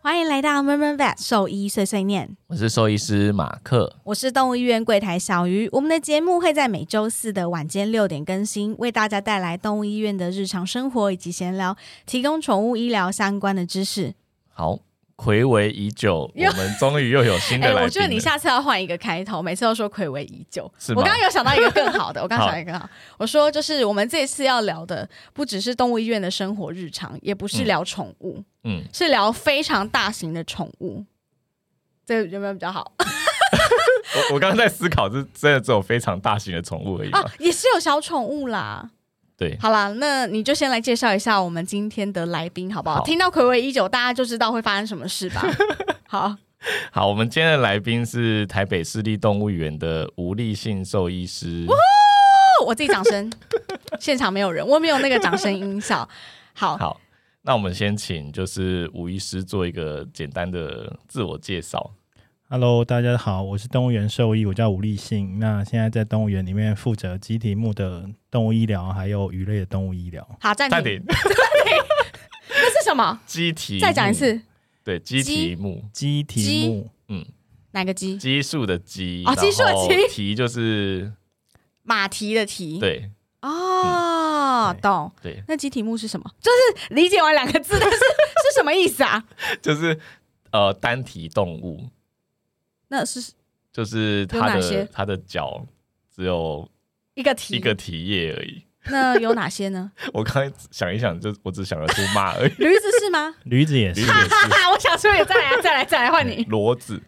欢迎来到 Murmur Vet 兽医碎碎念，我是兽医师马克。我是动物医院柜台小鱼。我们的节目会在每周四的晚间六点更新，为大家带来动物医院的日常生活以及闲聊，提供宠物医疗相关的知识。好，暌违已久，我们终于又有新的来宾了。哎我觉得你下次要换一个开头，每次都说暌违已久。是吗我刚刚有想到一个更好的，我刚刚想到一个更好，我说就是我们这次要聊的不只是动物医院的生活日常，也不是聊宠物，嗯，是聊非常大型的宠物。这有没有比较好？我我刚刚在思考，是真的只有非常大型的宠物而已吗？啊，也是有小宠物啦。对，好啦，那你就先来介绍一下我们今天的来宾好不好？好听到暌违已久，大家就知道会发生什么事 吧？好，哦好，我们今天的来宾是台北市立动物园的吴立信兽医师。哦我自己掌声，现场没有人，我没有那个掌声音效。好，好，那我们先请就是吴医师做一个简单的自我介绍。 Hello，大家好，我是动物园兽医，我叫吴立信。那现在在动物园里面负责鸡蹄目的动物医疗，还有鱼类的动物医疗。好，暂暂停 停。，那是什么？鸡蹄，再讲一，嗯次，对，鸡鸡蹄目，鸡蹄目，嗯，哪个鸡？激素的激，哦激素的激然后蹄就是马蹄的蹄。。对嗯哦，对懂。对，那鸡题目是什么？就是理解完两个字，但是是什么意思啊？就是呃单蹄动物，那是就是它有哪些的它的脚只有一个题。一个蹄叶而已。 那有哪些呢？。我刚才想一想，就我只想得出骂而已 驴子是吗？驴子也是驴子。也哈哈，我想说也再来啊，再来，再来换你是，骡子，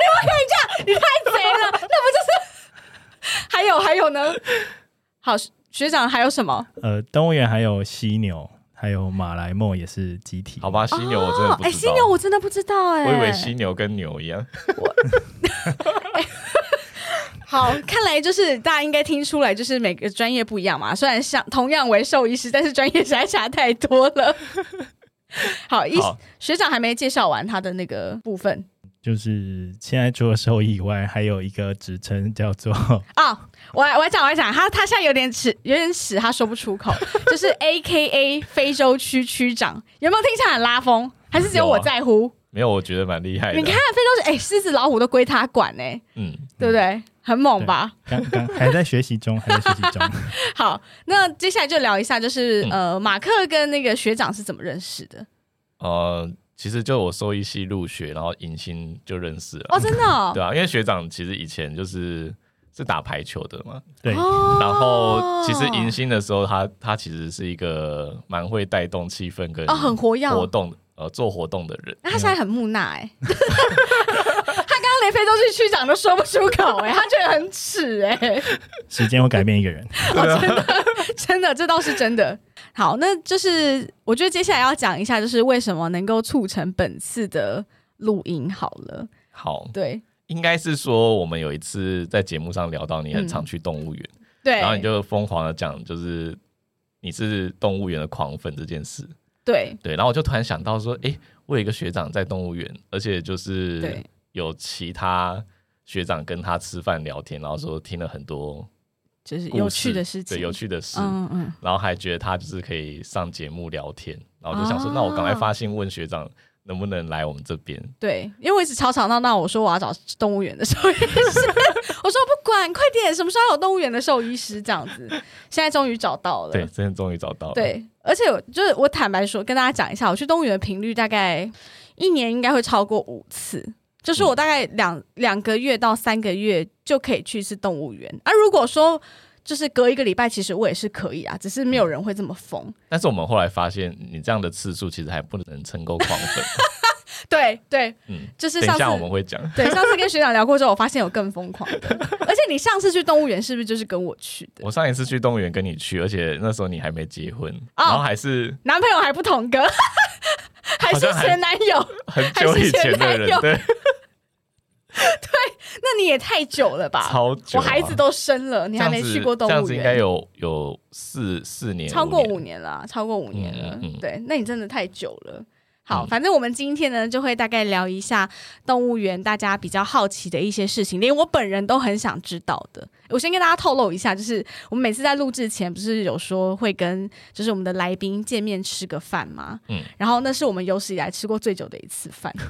太贼了，那不就是？ 还有还有呢？好，学长还有什么？呃，动物园还有犀牛，还有马来貘也是鸡蹄。好，吧，犀牛我真的哦呃不知道。哎，犀牛我真的不知道哎，我以为犀牛跟牛一样。好，看来就是大家应该听出来，就是每个专业不一样嘛。虽然像同样为兽医师，但是专业实在差太多了。好，医好学长还没介绍完他的那个部分就是现在除了兽医以外，还有一个职称叫做 啊、我来我来讲我来讲，他他现在有点迟，有点迟，他说不出 口，就是 A K A 非洲区区长，有没有听起来很拉风？还是只有有啊我在乎？没有，我觉得蛮厉害的。你看，非洲是哎，狮、子老虎都归他管哎、嗯，对不对？很猛吧？刚刚还在学习中，还在学习中。好，那接下来就聊一下，就是、嗯呃，马克跟那个学长是怎么认识的？呃，其实就我兽医系入学，然后迎新就认识了，哦，真的哦，对啊，因为学长其实以前就是是打排球的嘛，对，哦然后其实迎新的时候他，他其实是一个蛮会带动气氛跟哦很活跃，活动的呃做活动的人。那他现在很木讷哎、 他刚刚连非洲区区长都说不出口哎、他觉得很耻哎、时间会改变一个人。 真的，这倒是真的。好，那就是我觉得接下来要讲一下，就是为什么能够促成本次的录音好了，好，对应该是说我们有一次在节目上聊到你很常去动物园，嗯对，然后你就疯狂的讲就是你是动物园的狂粉这件事，对对，然后我就突然想到说，诶，我有一个学长在动物园，而且就是对有其他学长跟他吃饭聊天，然后说听了很多就是故有趣事的事情，对有趣的事，嗯嗯。然后还觉得他就是可以上节目聊天，然后就想说，哦那我赶快发信问学长能不能来我们这边。对，因为我一直吵吵闹闹，我说我要找动物园的兽医 师，我说不管，快点，什么时候有动物园的兽医师这样子？现在终于找到了，对，真的终于找到了。，对而且我就是我坦白说，跟大家讲一下，我去动物园的频率大概一年应该会超过五次。就是我大概两两个月到三个月就可以去一次动物嗯园，而、如果说就是隔一个礼拜，其实我也是可以啊，只是没有人会这么疯。但是我们后来发现，你这样的次数其实还不能称够狂 粉。对对，嗯，就是等上一次下我们会讲。对，上次跟学长聊过之后，我发现有更疯狂的。 而且你上次去动物园是不是就是跟我去的？我上一次去动物园跟你去，而且那时候你还没结婚，哦然后还是男朋友还不同个， 还是好像还前男友？很久以前 还是前的人男友，对，那你也太久了吧？超久我啊。孩子都生了，你还没去过动这样物子应该园？有有四四年，超过五五年。年了啊，超过五年了。嗯嗯嗯对，那你真的太久了。好，嗯反正我们今天呢就会大概聊一下动物园大家比较好奇的一些事情，连我本人都很想知道的。我先跟大家透露一下，就是我们每次在录制前不是有说会跟就是我们的来宾见面吃个饭吗？嗯然后那是我们有史以来吃过最久的一次饭。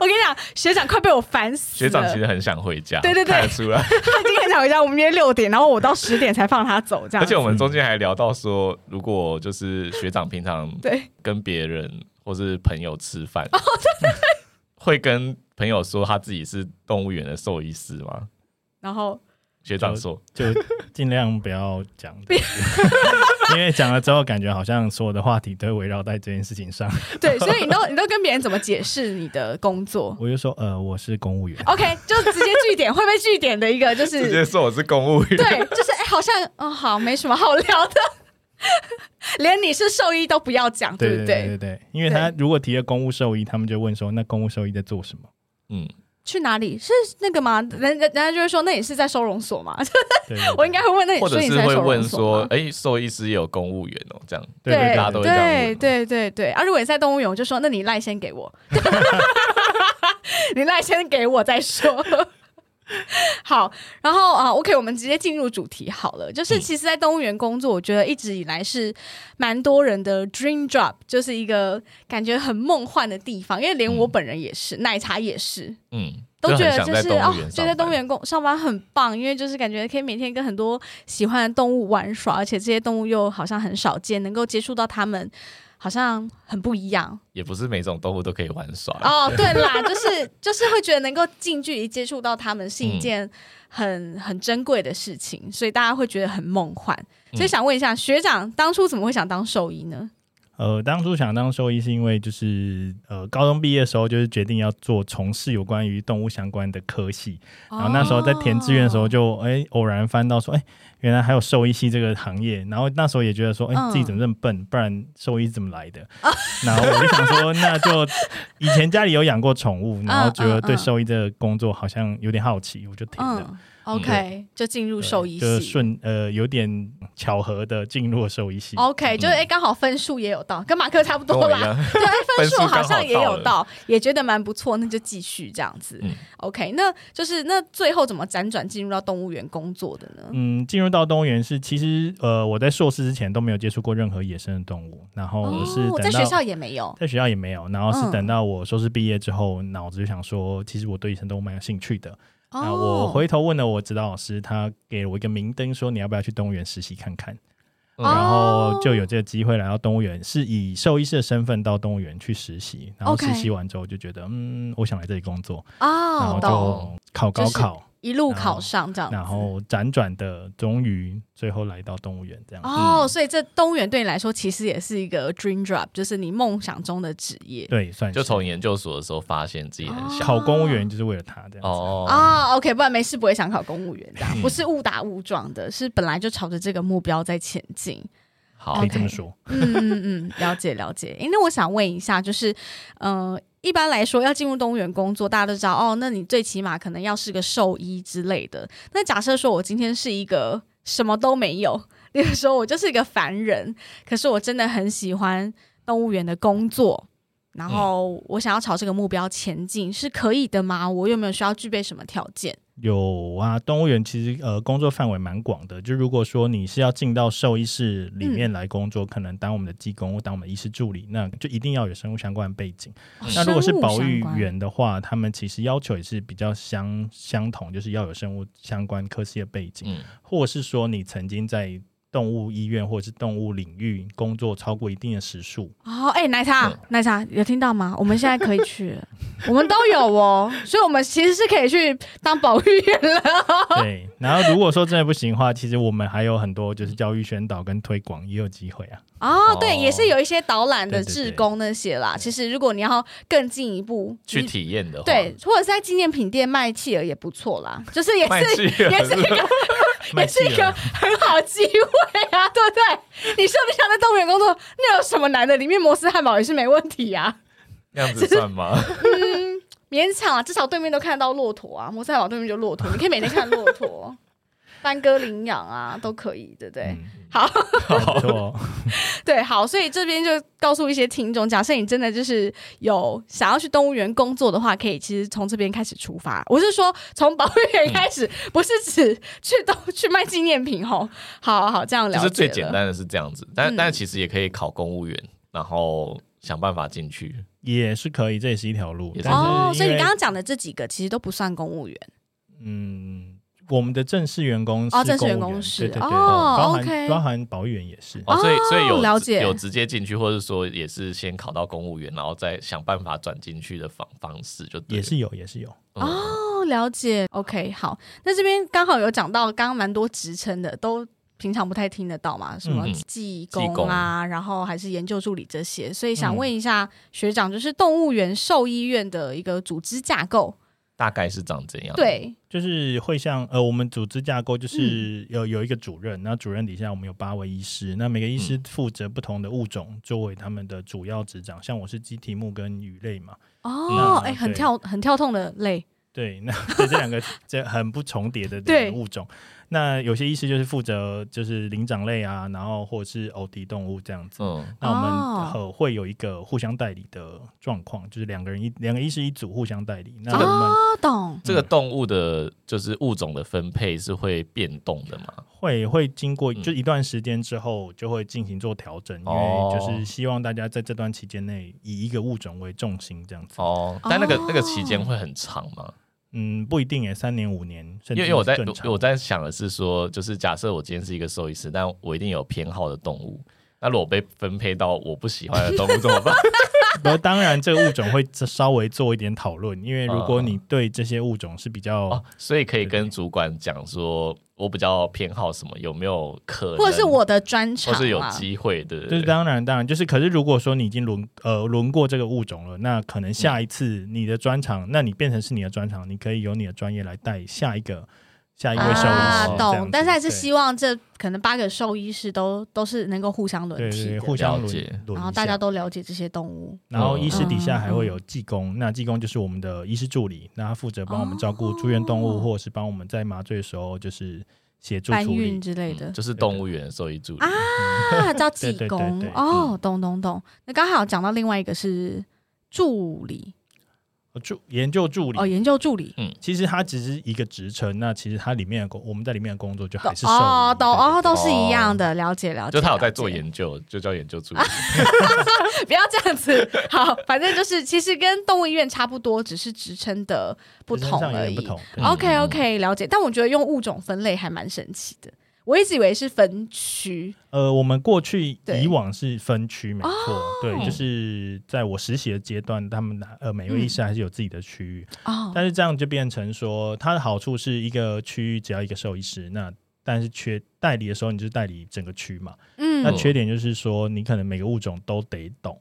我跟你讲，学长快被我烦死了。学长其实很想回家，对对对看得出 来。他已经很想回家，我们约六点，然后我到十点才放他走，这样。而且我们中间还聊到说，如果就是学长平常对跟别人或是朋友吃饭，哦会跟朋友说他自己是动物园的兽医师吗？然后学长说，就尽量不要讲，因为讲了之后感觉好像所有的话题都会围绕在这件事情上。对，所以你 都你都跟别人怎么解释你的工作我就说，呃，我是公务员， ？OK，就直接据点会被据点的一个就直是接说我是公务员，对，就是哎、好像哦，好，没什么好聊的， 连你是兽医都不要讲， 对对不对对对，因为他如果提了公务兽医，他们就问说，那公务兽医在做什 么？嗯，去哪里是那个吗？人人人家就会说，那你是在收容所吗？ 对，我应该会问，那你或者所以你是在会收问容说所，吗？哎，兽医师也有公务员哦，这样对对大家都会这样对问对对对，啊，如果你在动物园，我就说，那你赖先给 我， 你赖先给我再说。 好，然后啊，OK，我们直接进入主题好了。就是嗯其实，在动物园工作，我觉得一直以来是蛮多人的 dream job，就是一个感觉很梦幻的地方。因为连我本人也是，奶茶也是，嗯，都觉得很想就在是动哦物园，觉上得在动物班园工上班很棒，因为就是感觉可以每天跟很多喜欢的动物玩耍，而且这些动物又好像很少见，能够接触到它们，好像很不一样。也不是每种动物都可以玩耍，哦，对啦，就是就是会觉得能够近距离接触到它们嗯是一件很、很珍贵的事情，所以大家会觉得很梦幻。所以嗯想问一下、学长，当初怎么会想当兽医呢？呃，当初想当兽医是因为就是呃，高中毕业的时候就是决定要做从事有关于动物相关的科系，然后那时候在填志愿的时候哦，就哎、偶然翻到说哎、原来还有兽医系这个行业，然后那时候也觉得说哎、嗯啊自己怎么这么笨，不然兽医是怎么来的？然后我就想说那就以前家里有养过 宠物，然后觉得嗯对嗯兽医这个工作好像有点好奇，我就停了。嗯，OK，就进入对兽医就是系。顺呃有点巧合的进入了兽医系。 OK，就是哎，刚、好分数也有到，跟马克差不跟多我一啦。样，哎分分数数好刚像好也到有了到，也觉得蛮不错，那就继续这样子。嗯 OK，那就是那最后怎么辗转进入到动物园工作的呢？嗯，进入到动物园是，其实呃，我在硕士之前都没有接触过任何野生的动物，然后哦我是我等哦在到、学校也没有。在学校也没有，然后是嗯等到我硕士毕业之后，脑子就想说，其实我对野生动物蛮有兴趣的。然后哦啊我回头问了我指导老师，他给了我一个明灯，说你要不要去动物园实习看看？嗯然后哦就有这个机会来到动物园，是以兽医师的身份到动物园去实习。然后 OK 实习完之后就觉得，嗯，我想来这里工作，然哦后，懂，就考就高是考，一路然后考上这样子。然后辗转的，终于最后来到动物园这样。哦，嗯所以这动物园对你来说其实也是一个 dream job，就是你梦想中的职业。对，算 是就从研究所的时候发现自己很想考公务员就是为了他这样子。哦，啊、o k 不然没事不会想考公务员这 样，嗯不是误打误撞的，是本来就朝着这个目标在前进。好可以，这么说， 嗯嗯，嗯，了解了解。诶，那我想问一下，就是，呃，一般来说要进入动物园工作，大家都知道哦，那你最起码可能要是个兽医之类的。那假设说我今天是一个什么都没有，例如说我就是一个凡人，可是我真的很喜欢动物园的工作，然后我想要朝这个目标前进，是可以的吗？我有没有需要具备什么条件？有啊，动物园其实呃工作范围蛮广的。就如果说你是要进到兽医室里面来工作，可能当我们的技工或当我们的医师助理，那就一定要有生物相关的背景。哦那如果是生物保相育嗯关员的话，他们其实要求也是比较相相同，就是要有生物相关科系的背景，嗯或是说你曾经在动物医院或者是动物领域工作超过一定的时数，哦，哎、奶茶嗯，奶茶，有听到吗？我们现在可以去 了，我们都有哦，所以我们其实是可以去当保育员了。 对，然后如果说真的不行的话，其实我们还有很多就是教育宣导跟推广也有机会啊。哦哦，对，也是有一些导览的对对对志工那些啦。其实如果你要更进一步，去你体验的话，对，或者是在纪念品店卖企鹅也不错啦，就是也卖是气了， 也是一个也是一个很好的机会啊，对不对？你说你想在动物园工作，那有什么难的？里面摩斯汉堡也是没问题啊。那样子算 吗？勉强啊，至少对面都看得到骆驼啊，摩斯汉堡对面就骆驼，你可以每天看骆驼。单哥领养啊，都可以，对不对？嗯好，没错，对，好，所以这边就告诉一些听众，假设你真的就是有想要去动物园工作的话，可以其实从这边开始出发。我是说，从保育员开始，不是指去动去卖纪念品哦。好好好，这样了解就是最了简单的是这样子，但嗯但其实也可以考公务员，然后想办法进去。也是可以，这也是一条路也。是但是哦。因所以你为刚刚讲的这几个其实都不算公务员嗯，我们的正式员工哦，是正式员公务工员是对对对，包哦含，OK，包含保育员也是。哦，所以所以有了解有直接进去，或者说也是先考到公务员，然后再想办法转进去的方方式，就对也了是有，也是有，嗯哦，了解。OK，好，那这边刚好有讲到，刚刚蛮多职称的，都平常不太听得到嘛，什么嗯技技工工啊，然后还是研究助理这些，所以想嗯问一下学长，就是动物园兽医院的一个组织架构，大概是长怎啊样？，对，就是会像呃，我们组织架构嗯就是有有一个主任，那主任底下我们有八位医师，那每个医嗯师负责不同的物种作为他们的主要执掌，像我是鸡蹄目跟鱼类嘛，哦，嗯哎、很对跳很跳痛的类，对，那 对这两个这很不重叠的对两个物种。那有些医师就是负责就是灵长类啊，然后或者是偶蹄动物这样子。嗯，那我哦们呃会有一个互相代理的状况，就是两个人一两个医师一组互相代理。那哦我们不懂。这个嗯动物的就是物种的分配是会变动的嘛？会会经过嗯就一段时间之后，就会进行做调整，因哦为就是希望大家在这段期间内以一个物种为重心这样子。哦，但那个哦那个期间会很长吗？嗯，不一定诶，三年五年，因甚至为因为我在更我长。我在想的是说，就是假设我今天是一个兽医师，但我一定有偏好的动物。那如果被分配到我不喜欢的动物怎么办？那当然，这个物种会稍微做一点讨论，因为如果你对这些物种是比较，嗯哦，所以可以跟主管讲说，我比较偏好什么，有没有可能，或者是我的专长或啊，是有机会的，对就是对对当然当然就是，可是如果说你已经轮呃轮过这个物种了，那可能嗯下一次你的专长，那你变成是你的专长，你可以由你的专业来带下一个下一位兽医师、啊，这样懂子。但是还是对希望这可能八个兽医师都都是能够互相轮对替对的，对，互相了轮解轮一下，然后大家都了解这些动物。然后医师底下嗯还会有技工，那技工就是我们的医师助理，那他负责帮我们照顾住院动物，哦或者是帮我们在麻醉的时候就是协助搬处理运。之类的嗯、就是动物园的兽医助理啊啊， 叫技对对工对对嗯哦，懂懂懂。那刚好讲到另外一个是助理呃助研究助理哦，研究助理其实它只是一个职称，那其实它里面的工，我们在里面的工作就还懂是兽医哦，懂哦，，都是一哦样的，了解了解。就他有在了做解研究，就叫研究助理。啊不要这样子。 好，反正就是其实跟动物医院差不多，只是职称的不对对对职同称上有而点已。不同。嗯对 OK OK，了解。但我觉得用物种分类还蛮神奇的。我一直以为是分区呃，我们过去对哦以往是分区，没错，对，就是在我实习的阶段，他们呃每嗯位医师还是有自己的区域，哦，但是这样就变成说，它的好处是一个区域只要一个兽医师，那但是缺代理的时候，你就是代理整个区嘛。那嗯缺点就是说，你可能每个物种都得懂。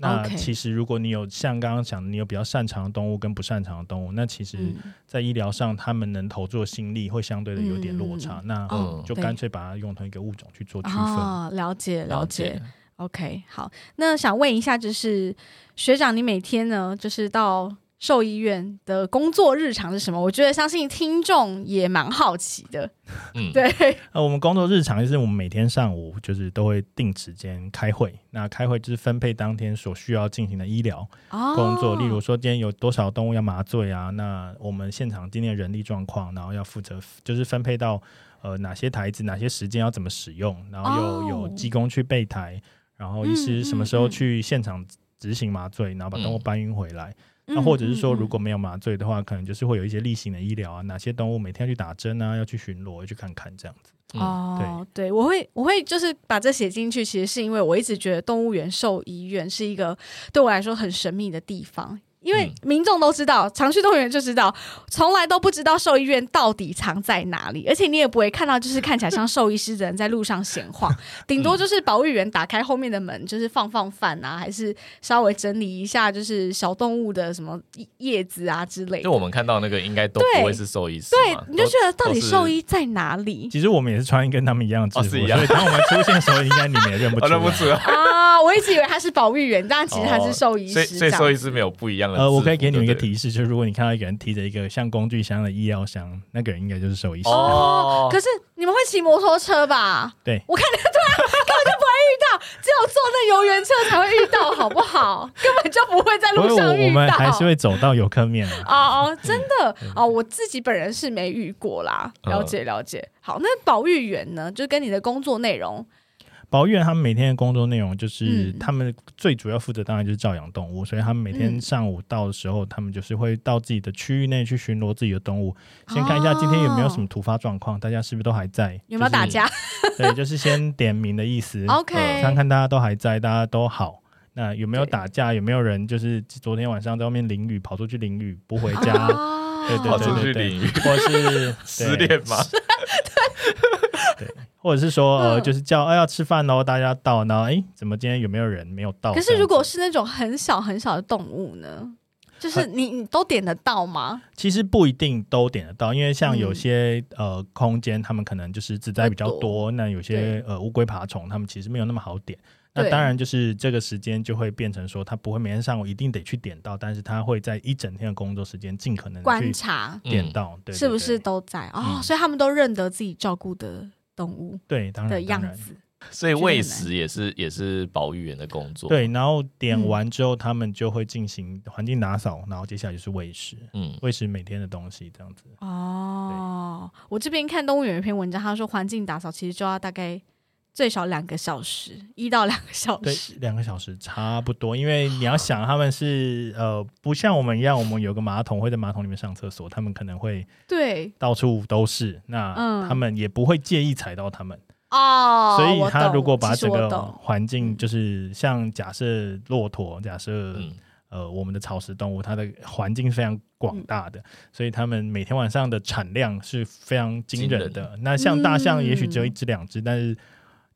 那 OK 其实如果你有像刚刚讲的，你有比较擅长的动物跟不擅长的动物，那其实嗯在医疗上，他们能投注的心力会相对的有点落差。那嗯就对干脆把它用同一个物种去做区分。哦，了解了了解。，OK，好，那想问一下，就是学长，你每天呢，就是到兽医院的工作日常是什么？我觉得相信听众也蛮好奇的。嗯，对，呃，我们工作日常就是我们每天上午就是都会定时间开会，那开会就是分配当天所需要进行的医疗哦工作，例如说今天有多少动物要麻醉啊，那我们现场今天的人力状况，然后要负责就是分配到呃哪些台子、哪些时间要怎么使用，然后有、有哦技工去备台，然后医嗯师什么时嗯候嗯去现场执行麻醉，然后把动物嗯搬运回来。嗯，那或者是说，嗯嗯如果没有麻醉的话，可能就是会有一些例行的医疗啊，哪些动物每天要去打针啊，要去巡逻，要去看看这样子。嗯哦，对，我会我会就是把这写进去，其实是因为我一直觉得动物园兽医院是一个对我来说很神秘的地方。因为嗯民众都知道，常去动物园就知道，从来都不知道兽医院到底藏在哪里，而且你也不会看到就是看起来像兽医师的人在路上闲 晃，顶嗯多就是保育员打开后面的门，就是放放饭啊，还是稍微整理一下就是小动物的什么叶子啊之类就的。我们看到那个应该都对不会是兽医师对嘛，，哦你就都觉得到底都是兽医在哪里？其实我们也是穿跟他们一样的制哦服，是一样所以当我们出现的时候，应该你们也认不出哦来。认不出来，啊、啊，我一直以为他是保育员，但其实他是兽医所以师。所以兽医师没有不一样的制服。呃，我可以给你们一个对不对提示，就是如果你看到一个人提着一个像工具箱的医药箱，那个人应该就是兽医师。哦，可是你们会骑摩托车吧？对我看你对啊，根本就不会遇到，只有坐那游园车才会遇到，好不好？ 根本就不会在不路过上我我遇们到。还是会嗯走到游客面啊。哦哦，真的哦，我自己本人是没遇过啦，嗯了解了解。好，那保育员呢，就跟你的工作内容保育员他们每天的工作内容就是，嗯他们最主要负责当然就是照养动物，所以他们每天嗯上午到的时候，他们就是会到自己的区域内去巡逻自己的动物，先看一下今天有没有什么突发状况，大家是不是都还在，哦有没有打就是架，对，就是先点名的意思？OK，哦看看大家都还在，大家都好。那有没有对打架？有没有人就是昨天晚上在外面淋雨，跑出去淋雨不回家？哦对跑对出对对去对淋雨，或是失恋吗？或者是说呃，嗯就是叫啊要吃饭喽，大家到，然后哎，诶怎么今天有没有人没有到？可这是样如果子是那种很小很小的动物呢？就是你你都点得到吗？其实不一定都点得到，因为像有嗯些、呃空间，他们可能就是子会在比较多多，那有些呃乌龟、爬虫，他们其实没有那么好点。那对当然就是这个时间就会变成说，他不会每天上午一定得去点到，但是他会在一整天的工作时间尽可能地观去察点嗯到，对是不是对都在哦？嗯所以他们都认得自己照顾的动物对，嗯当然的样。当然子。 所以欸喂食也是也是保育员的工作。，对，然后点嗯完之后，他们就会进行环境打扫，然后接下来就是喂食，嗯，喂食每天的东西这样子。哦，我这边看动物园有一篇文章，他说环境打扫其实就要大概最少两个小时，一到两个小对时。，两个小时差不多，因为你要想他们是呃，不像我们一样，我们有个马桶会在马桶里面上厕所，他们可能会对到处都是，那嗯他们也不会介意踩到他们，哦，所以我他懂如果把其实整我个懂环境嗯就是像假设骆驼，假设、嗯呃我们的草食动物，它的环境非常广大嗯的，所以他们每天晚上的产量是非常惊人惊的。那像大象嗯也许只有一只两只，但是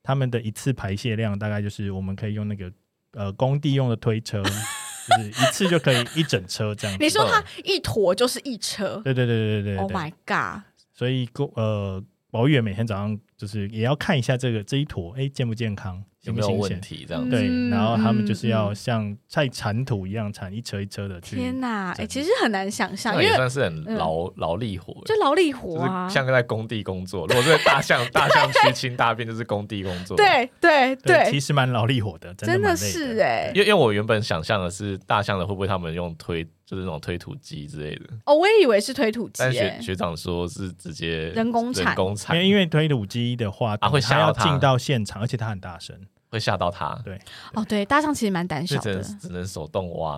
他们的一次排泄量大概就是我们可以用那个呃工地用的推 车，就是一次就可以一整车这样子。你说它一坨就是一车对对对对嗯对对，Oh 对 my god！所以公呃。保育员每天早上就是也要看一下这个这一坨，哎，健不健康，有新没不有新问鲜？题？这样子，嗯对，然后他们就是嗯要嗯像在铲土一样铲一车一车的去。天哪，哎、真的其实很难想象，那因也为嗯算是很劳劳力活，就劳力就活是啊，像在工地工作。如果是大 象大象区清大便，就是工地工作。。对对对，对其，实蛮劳力活的，真的蛮累是的。哎、因为因为我原本想象的是大象的会不会他们用推就是那种推土机之类的，哦，我也以为是推土机、但是哎学学长说是直接人工铲人工因铲，为因为推土机的话，啊会吓它到要它进到现场，而且它很大声。会吓到它，对，哦，对，大象其实蛮胆所小以只的能只能手动挖。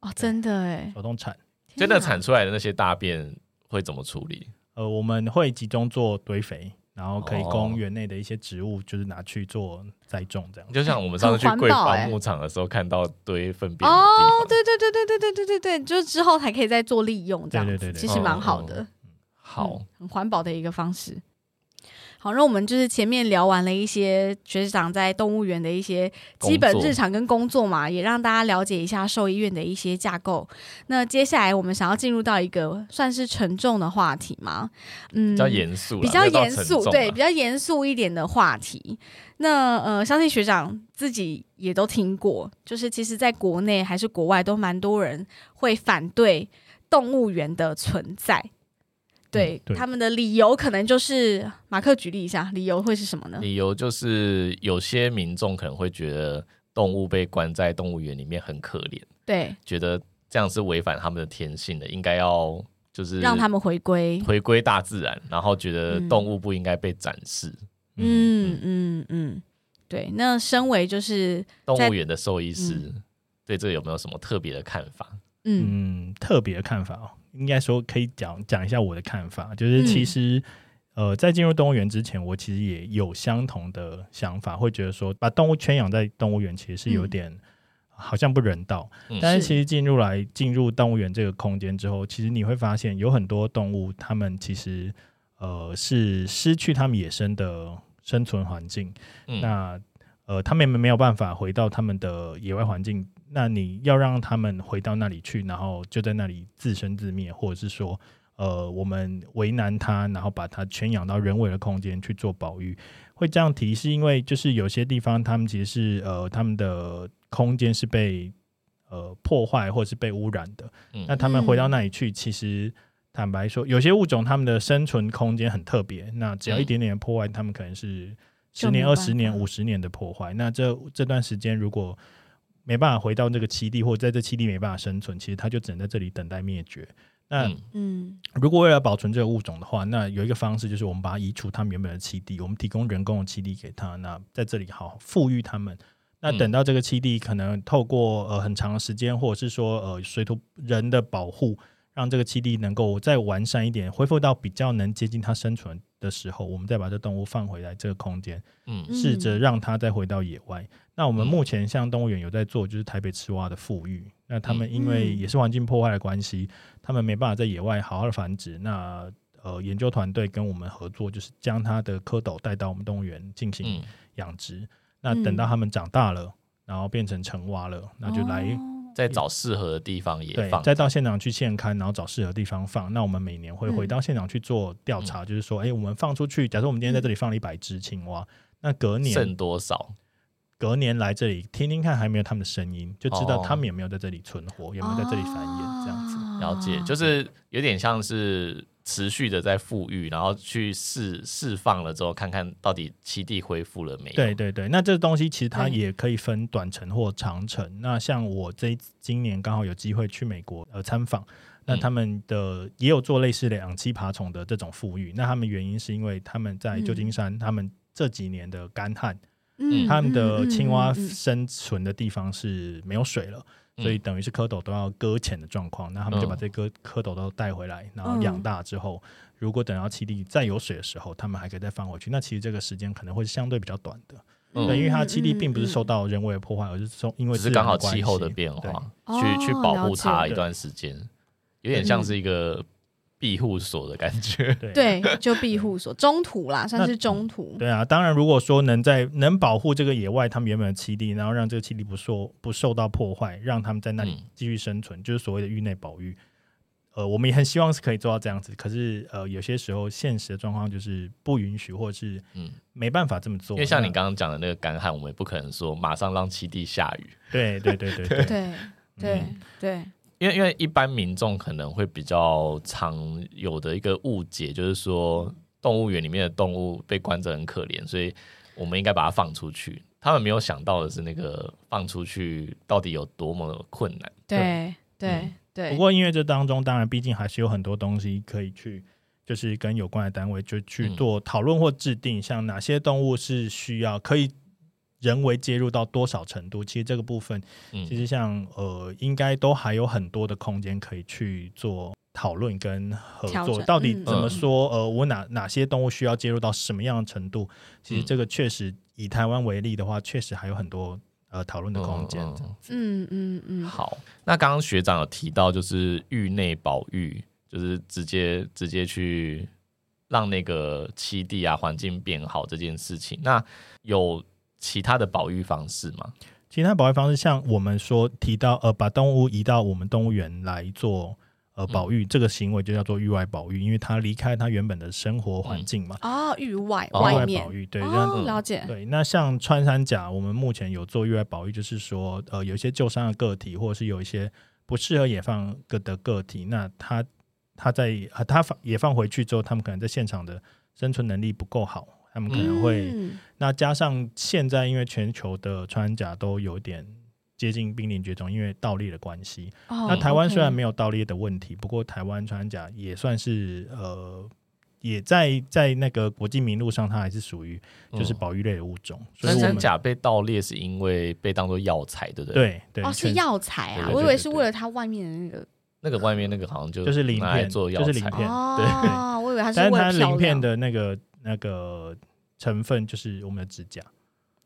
哦，真的哎、手动铲。所以天那哪铲出来的那些大便会怎么处理？呃，我们会集中做堆肥，然后可以哦供园内的一些植物，就是拿去做栽种这样。就像我们上次去很环桂保花欸牧场的时候看到堆粪便的地哦方，，对对对对对对对对对，就是之后还可以再做利用，这样子对对对对其实蛮好哦的，好嗯，很环保的一个方式。好，那我们就是前面聊完了一些学长在动物园的一些基本工作日常跟工作嘛，也让大家了解一下兽医院的一些架构。那接下来我们想要进入到一个算是沉重的话题嘛，嗯，比较严肃啦，比较没有到严沉肃，重对，啦比较严肃一点的话题。那呃，相信学长自己也都听过，就是其实在国内还是国外都蛮多人会反对动物园的存在。对,、嗯对他们的理由可能就是马克举例一下，理由会是什么呢？嗯理由就是有些民众可能会觉得动物被关在动物园里面很可怜，对，觉得这样是违反他们的天性的，应该要就是让他们回归。回归大自然，然后觉得嗯动物不应该被展示。嗯，嗯嗯嗯，对。那身为就是动物园的兽医师、对这个有没有什么特别的看法？嗯嗯，特别的看法哦，应该说可以讲讲一下我的看法，就是其嗯实、呃，在进入动物园之前，我其实也有相同的想法，会觉得说把动物圈养在动物园其实是有嗯点、好像不人道。嗯但是是其实进入来进入动物园这个空间之后，其实你会发现有很多动物，它们其实呃是失去它们野生的生存环境，嗯那呃，他们没有办法回到他们的野外环境，那你要让他们回到那里去，然后就在那里自生自灭，或者是说呃，我们为难它，然后把它圈养到人为的空间去做保育。会这样提是因为就是有些地方他们其实是呃他们的空间是被呃破坏或者是被污染的，嗯那他们回到那里去，其实坦白说，有些物种它们的生存空间很特别，那只要嗯一点点的破坏，它们可能是就十没年、有办二法十年、五十年的破坏。那这这段时间如果没办法回到这个栖地，或者在这栖地没办法生存，其实它就只能在这里等待灭绝。那嗯嗯，如果为了保存这个物种的话，那有一个方式就是我们把它移除它们原本的栖地，我们提供人工的栖地给它，那在这里好好富裕它们。那嗯等到这个栖地可能透过呃很长的时间，或者是说呃随着人的保护，让这个栖地能够再完善一点，恢复到比较能接近它生存的时候，我们再把这动物放回来这个空间，嗯嗯试着让它再回到野外。那我们嗯目前像动物园有在做，就是台北赤蛙的富裕。那他们因为嗯也是环境破坏的关系，他们没办法在野外好好的繁殖。那呃，研究团队跟我们合作，就是将它的蝌蚪带到我们动物园进行嗯，养殖。那等到它们长大了，然后变成成蛙了，那就来、哦再找适合的地方也对放，，再到现场去现刊，然后找适合的地方放。那我们每年会嗯回到现场去做调查，就是说，哎、我们放出去，假设我们今天在这里放了一百只青蛙，那隔年嗯剩多少？隔年来这里听听看，还没有他们的声音，就知道他们有没有在这里存活，有没有在这里繁衍，这样子。哦了解，就是有点像是持续的在富裕，然后去释释放了之后，看看到底栖地恢复了没有？对对对，那这个东西其实它对也可以分短程或长程。那像我这一今年刚好有机会去美国呃参访，那嗯他们的、也有做类似的两栖爬虫的这种富裕。那他们原因是因为他们在旧金山，他们这几年的干旱，嗯他们的嗯嗯青蛙嗯嗯生存的地方是没有水了，嗯所以等于是蝌蚪都要搁浅的状况。那他们就把嗯这个蝌蚪都带回来，然后养大之后，如果等到栖地再有水的时候，他们还可以再放回去。那其实这个时间可能会是相对比较短的，嗯对，因为它栖地并不是受嗯到人为的破坏，而是受因为只是刚好自然关气候的系变对化，哦去去保了护解它一段时间，有点像是一个庇护所的感 觉。对对，就庇护所中途啦，算是中途。对啊，当然，如果说能在能保护这个野外他们原本的栖地，然后让这个栖地不受不受到破坏，让他们在那里嗯继续生存，就是所谓的域内保育。呃，我们也很希望是可以做到这样子，可是呃，有些时候现实的状况就是不允许，或者是嗯没办法这么做。因为像你那刚刚讲的那个干旱，我们也不可能说马上让栖地下雨，对对对 对嗯对，对对对，因为因为一般民众可能会比较常有的一个误解，就是说动物园里面的动物被关着很可怜，所以我们应该把它放出去。他们没有想到的是，那个放出去到底有多么困难。对对嗯对。不过因为这当中，当然毕竟还是有很多东西可以去，就是跟有关的单位就去嗯做讨论或制定，像哪些动物是需要可以人为介入到多少程度，其实这个部分。其嗯实像呃，应该都还有很多的空间可以去做讨论跟合调作。整到底嗯怎么嗯说？呃，我哪哪些动物需要介入到什么样的程度？其实嗯这个确实以台湾为例的话，确实还有很多呃讨论的空嗯间。这样子嗯嗯嗯，好，那刚刚学长有提到，就是域内保育，就是直接直接去让那个栖地啊环境变好这件事情。那有其他的保育方式吗？其他保育方式，像我们说提到呃，把动物移到我们动物园来做。呃，保嗯育这个行为就叫做域外保育，因为它离开它原本的生活环嗯境嘛，哦，域外哦域外外面保育对，让哦，了解，对，那像穿山甲，我们目前有做域外保育，就是说，呃，有一些旧伤的个体，或者是有一些不适合野放个的个体，那它它在呃它放野放回去之后，他们可能在现场的生存能力不够好，他们可能会、嗯那加上现在因为全球的穿山甲都有点接近濒临绝种，因为盗猎的关系，哦那台湾 OK 虽然没有盗猎的问题，不过台湾穿山甲也算是呃，也在在那个国际名录上，它还是属于就是嗯保育类的物种。所穿以我山们甲被盗猎是因为被当做药材，对不对？，对对哦是全药材啊，对对我以对为对是对为了它外面的那个那个外面那个好像就就是鳞拿来片，做药材，就是鳞片，对哦，我以为它是但为是它了漂鳞片亮的那个那个成分就是我们的指甲，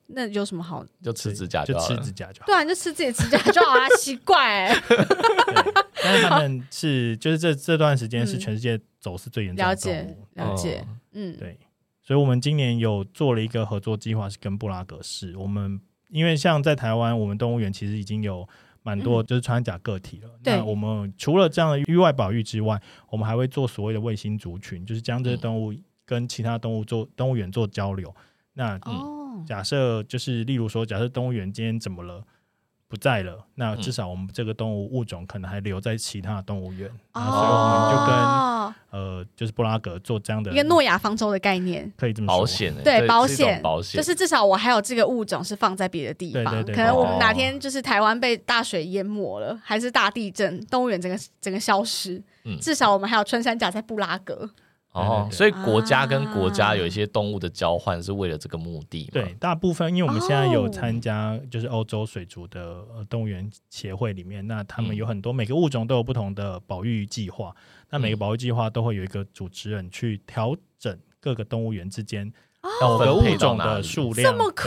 那有什么好？就吃指甲就好吃了指。甲就好。对啊，你就吃自己的指甲就好 啊，奇怪欸，对但是他们是就是这这段时间是嗯全世界走私最严重了的动解物，了解，嗯，哦对，所以我们今年有做了一个合作计划，是跟布拉格市。我们因为像在台湾，我们动物园其实已经有蛮多就是穿山甲个体了。嗯对那我们除了这样的域外保育之外，我们还会做所谓的卫星族群，就是将这些嗯动物跟其他动物做动物园做交流。那嗯哦，假设就是例如说，假设动物园今天怎么了？不在了，那嗯至少我们这个动物物种可能还留在其他的动物园，那所以我们就跟哦呃，就是布拉格做这样的一个诺亚方舟的概念，可以这么说保险欸，对这保是一种险保险就是至少我还有这个物种是放在别的地方，对对对可能我们哦哪天就是台湾被大水淹没了，还是大地震，动物园整个整个消失，嗯至少我们还有穿山甲在布拉格。哦对对，对所以国家跟国啊家有一些动物的交换是为了这个目的嘛？对，大部分因为我们现在哦有参加就是欧洲水族的呃动物园协会里面，那他们嗯有很多每个物种都有不同的保育计划，那每个嗯保育计划都会有一个主持人去调整各个动物园之间要某个分物配到种哪的里？数哦量，这么对啊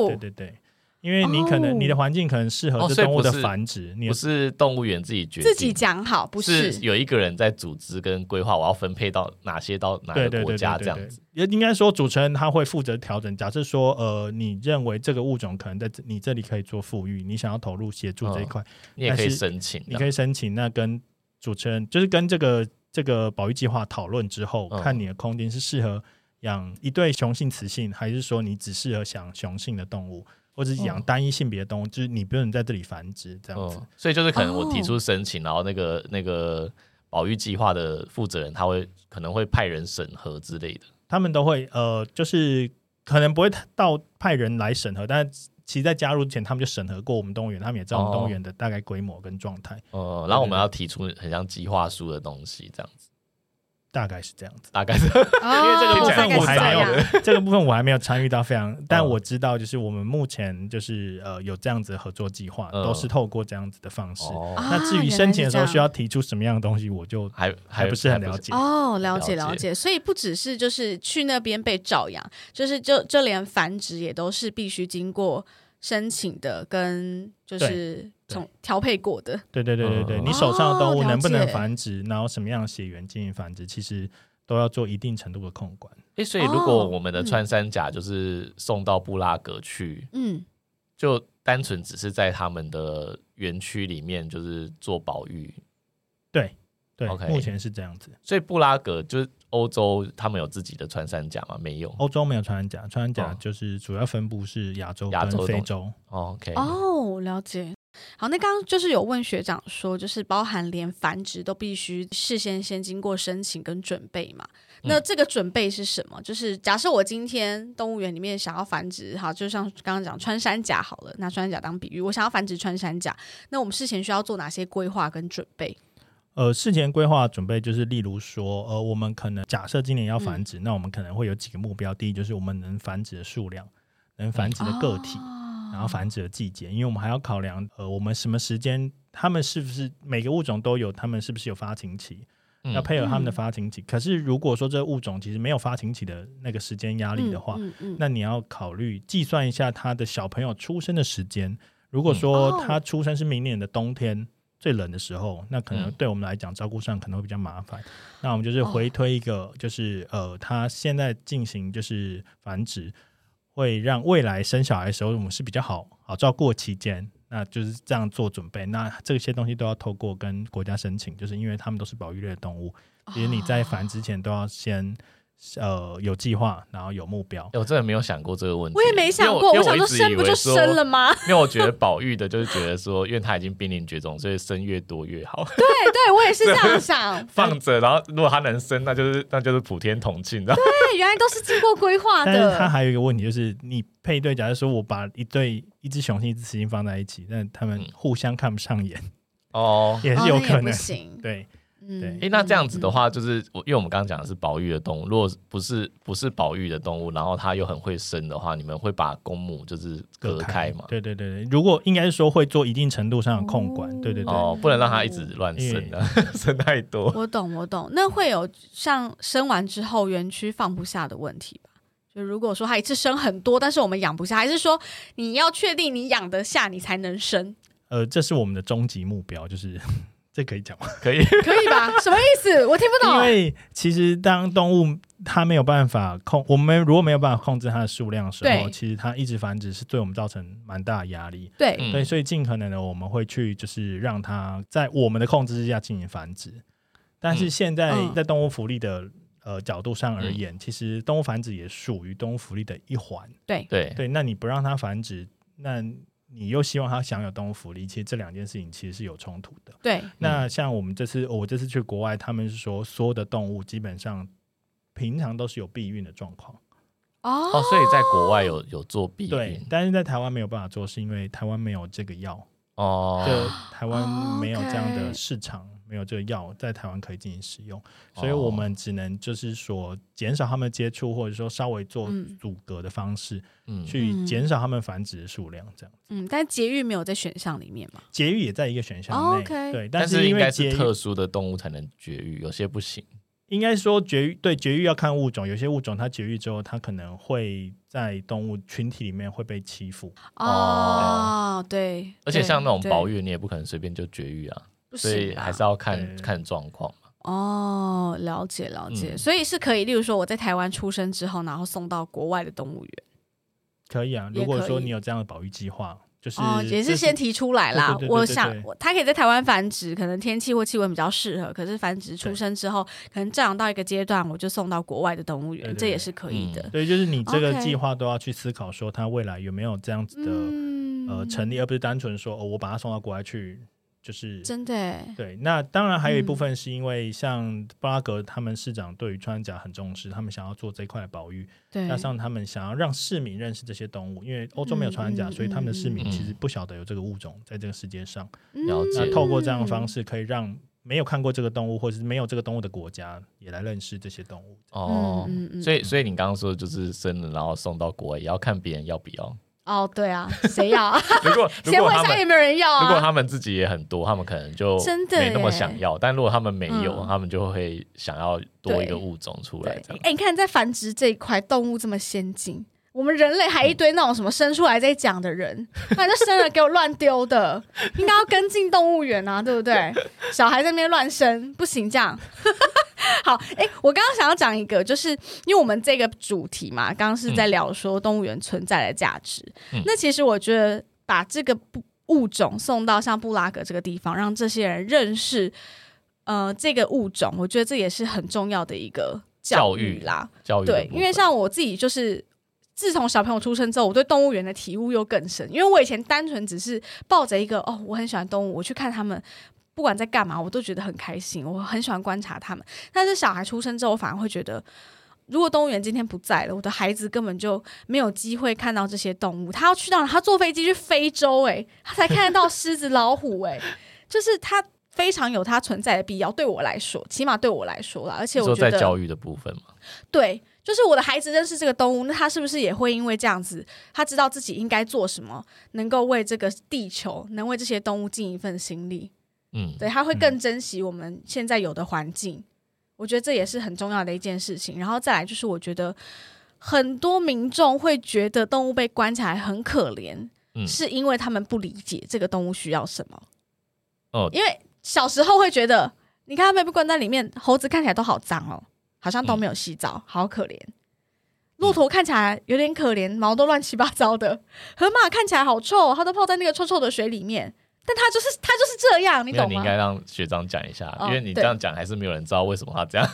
酷，对对对，因为你可哦能你的环境可能适合哦这所以动物不的是繁殖，你不是动物园自己决定，自己讲好不是是？有一个人在组织跟规划，我要分配到哪些到哪对个对国对家对这样对对子。，也应该说主持人他会负责调整。假设说呃，你认为这个物种可能在这你这里可以做富裕，你想要投入协助这一嗯块，你也可以但是申请嗯这你样，可以申请。那跟主持人就是跟这个这个保育计划讨论之后，嗯看你的空间是适合养一对雄性雌性，还是说你只适合养雄性的动物，或者是养嗯单一性别的动物，就是你不能在这里繁殖这样子。嗯，所以就是可能我提哦出申请，然后那个那个保育计划的负责人他会可能会派人审核之类的。他们都会呃，就是可能不会到派人来审核，但是其实在加入之前，他们就审核过我们动物园，他们也知道我们哦动物园的大概规模跟状态，呃，然后我们要提出很像计划书的东西，这样子，大概是这样子。大概是因为这个部分哦大概我是还这没有样。这个部分我还没有参与到非嗯常，但我知道就是我们目前就是呃有这样子的合作计划，嗯都是透过这样子的方式。哦，啊那至于申请的原来是时候这样需要提出什么样的东西，我就 还还不是很了。解。哦，了解了了解解，所以不只是就是去那边被照养，就是就就连繁殖也都是必须经过申请的，跟就是对从调配过的。对对对对对，嗯你手上的动哦物了能不能解繁殖，然后什么样的血缘进行繁殖，其实都要做一定程度的控管。哎，所以如果哦我们的嗯穿山甲就是送到布拉格去，嗯，就单纯只是在他们的园区里面就是做保育，对对 OK 目前是这样子。所以布拉格就是欧洲他们有自己的穿山甲吗？没有。欧洲没有穿山甲，穿山甲哦就是主要分布是亚洲亚洲跟非东洲。哦 OK，哦，了解。好，那刚刚就是有问学长说，就是包含连繁殖都必须事先先经过申请跟准备嘛？那嗯这个准备是什么？就是假设我今天动物园里面想要繁殖，好，就像刚刚讲穿山甲好了，拿穿山甲当比喻，我想要繁殖穿山甲，那我们事前需要做哪些规划跟准备？呃，事前规划准备就是，例如说，呃，我们可能假设今年要嗯繁殖，那我们可能会有几个目标。第一就是我们能繁殖的数量，能繁殖的个体，嗯哦然后繁殖的季节，因为我们还要考量，呃，我们什么时间，它们是不是每个物种都有，它们是不是有发情期，嗯要配合它们的嗯发情期。可是如果说这个物种其实没有发情期的那个时间压力的话，嗯嗯嗯那你要考虑计算一下他的小朋友出生的时间。如果嗯说哦他出生是明年的冬天最冷的时候，那可能嗯对我们来讲照顾上可能会比较麻烦。那我们就是回推一个，就是呃，他现在进行就是繁殖，会让未来生小孩的时候我们是比较好好照顾的期间。那就是这样做准备。那这些东西都要透过跟国家申请，就是因为他们都是保育类的动物，其实你在繁殖前都要先呃有计划，然后有目标。欸我真的没有想过这个问题，我也没想因为过，因为我我想一说直生以不为就说 生了吗？因为我觉得保育的就是觉得说，因为它已经濒临绝种，所以生越多越好，对对，我也是这样想。放着，然后如果它能生，那就是那就是普天同庆，然后对，原来都是经过规划但是它的。还有一个问题，就是你配对，假如说我把一对一只雄性、一只雌性放在一起，但他们嗯互相看不上眼， 哦。也是有可哦那也不能。行。对，嗯对诶，那这样子的，话，就是我，因为我们刚刚讲的是保育的动物，如果不是不是保育的动物，然后它又很会生的话，你们会把公母就是隔开嘛？对对对对，如果应该是说会做一定程度上的控管，哦对对对。哦，不能让它一直乱生的， 生太多。我懂我懂。那会有像生完之后园区放不下的问题吧？就如果说它一次生很多，但是我们养不下，还是说你要确定你养得下，你才能生？呃，这是我们的终极目标，就是 这这可以讲吗？可以可以吧？什么意思？我听不因懂。为其实当动物它没有办法控，我们如果没有办法控制它的数量的时候，对其实它一直繁殖是对我们造成蛮大的压力。对，嗯对，所以尽可能的我们会去就是让它在我们的控制之下进行繁殖。但是嗯现在嗯在动物福利的呃角度上而言，其实动物繁殖也属于动物福利的一环。对对，那你不让它繁殖，那你又希望它享有动物福利，其实这两件事情其实是有冲突的。对，嗯那像我们这次，哦我这次去国外，他们是说所有的动物基本上平常都是有避孕的状况，哦，哦，所以在国外有有做避对孕，但是在台湾没有办法做，是因为台湾没有这个药，哦，就台湾哦没有这样的 OK 市场，没有这个药在台湾可以进行使用，哦所以我们只能就是说减少他们的接触，或者说稍微做嗯阻隔的方式，嗯去减少他们繁殖的数量，这样。嗯，但节育没有在选项里面嘛？节育也在一个选项内，哦，OK 对，但是应因为该节是育特殊的动物才能绝育，有些不行。应该说绝育对绝育要看物种，有些物种它绝育之后，它可能会在动物群体里面会被欺负。哦哦，对，而且像那种保育，育，你也不可能随便就绝育啊，不所以行吧还是要看对看状况嘛。哦，了解了解，嗯所以是可以，例如说我在台湾出生之后，然后送到国外的动物园，可以啊，也如果可说以你有这样的保育计划，就是、哦，也就是先提出来啦对对对。对我对想对我它可以在台湾繁殖，可能天气或气温比较适合，可是繁殖出对生之后，可能教养到一个阶段，我就送到国外的动物对园，对这也对嗯是可以的。对，就是你这个 OK 计划都要去思考，说它未来有没有这样子的、嗯呃成立，而不是单纯说哦，我把它送到国外去，就是真嗯的欸对。那当然还有一部分是因为像布拉格他们市长对于穿甲很重视，他们想要做这一块的保育，对，加上他们想要让市民认识这些动物，因为欧洲没有穿山甲，嗯嗯所以他们的市民嗯其实不晓得有这个物种在这个世界上。嗯了解那是透过这样的方式，式，可以让没有看过这个动物或者是没有这个动物的国家也来认识这些动物。哦，嗯嗯嗯所以所以你刚刚说的就是生了然后送到国外，也要看别人要不要。哦，对啊，谁要 啊？如果 如先果问他一下们有没有人要如果啊？ 他们自己也很多，他们可能就真的没那么耶想要。但如果他们没有，嗯他们就会想要多一对个物种出对来，这样。哎，你看在繁殖这一块，动物这么先进。我们人类还一堆那种什么生出来再讲的人， 那你就生了给我乱丢的，应该要跟进动物园啊，对不对？小孩在那边乱生不行，这样。 好，哎、我刚刚想要讲一个，就是因为我们这个主题嘛，刚刚是在聊说动物园存在的价值。嗯那其实我觉得把这个不物种送到像布拉格这个地方，让这些人认识呃这个物种，我觉得这也是很重要的一个教育啦。教育的对，部因为分像我自己就是。自从小朋友出生之后，我对动物园的体悟又更深，因为我以前单纯只是抱着一个哦，我很喜欢动物，我去看他们不管在干嘛，我都觉得很开心，我很喜欢观察他们。但是小孩出生之后，我反而会觉得，如果动物园今天不在了，我的孩子根本就没有机会看到这些动物。他要去到哪他坐飞机去非洲、欸，他才看得到狮子、老虎、欸，就是他非常有它存在的必要。对我来说，起码对我来说啦，而且你我说觉在得教育的部分嘛，对，就是我的孩子认识这个动物，那他是不是也会因为这样子，他知道自己应该做什么，能够为这个地球，能为这些动物尽一份心力？嗯，对，他会更珍惜我们现在有的环境。我觉得这也是很重要的一件事情。然后再来就是，我觉得很多民众会觉得动物被关起来很可怜，嗯是因为他们不理解这个动物需要什么。哦因为小时候会觉得，你看他们被关在里面，猴子看起来都好脏哦，好像嗯都没有洗澡，好可怜。骆驼看起来有点可怜，毛都乱七八糟的。河马看起来好臭，它都泡在那个臭臭的水里面，但它就是它就是这样，你没有懂你应吗？该让学长讲一下，哦因为你这对样讲还是没有人知道为什么他这样。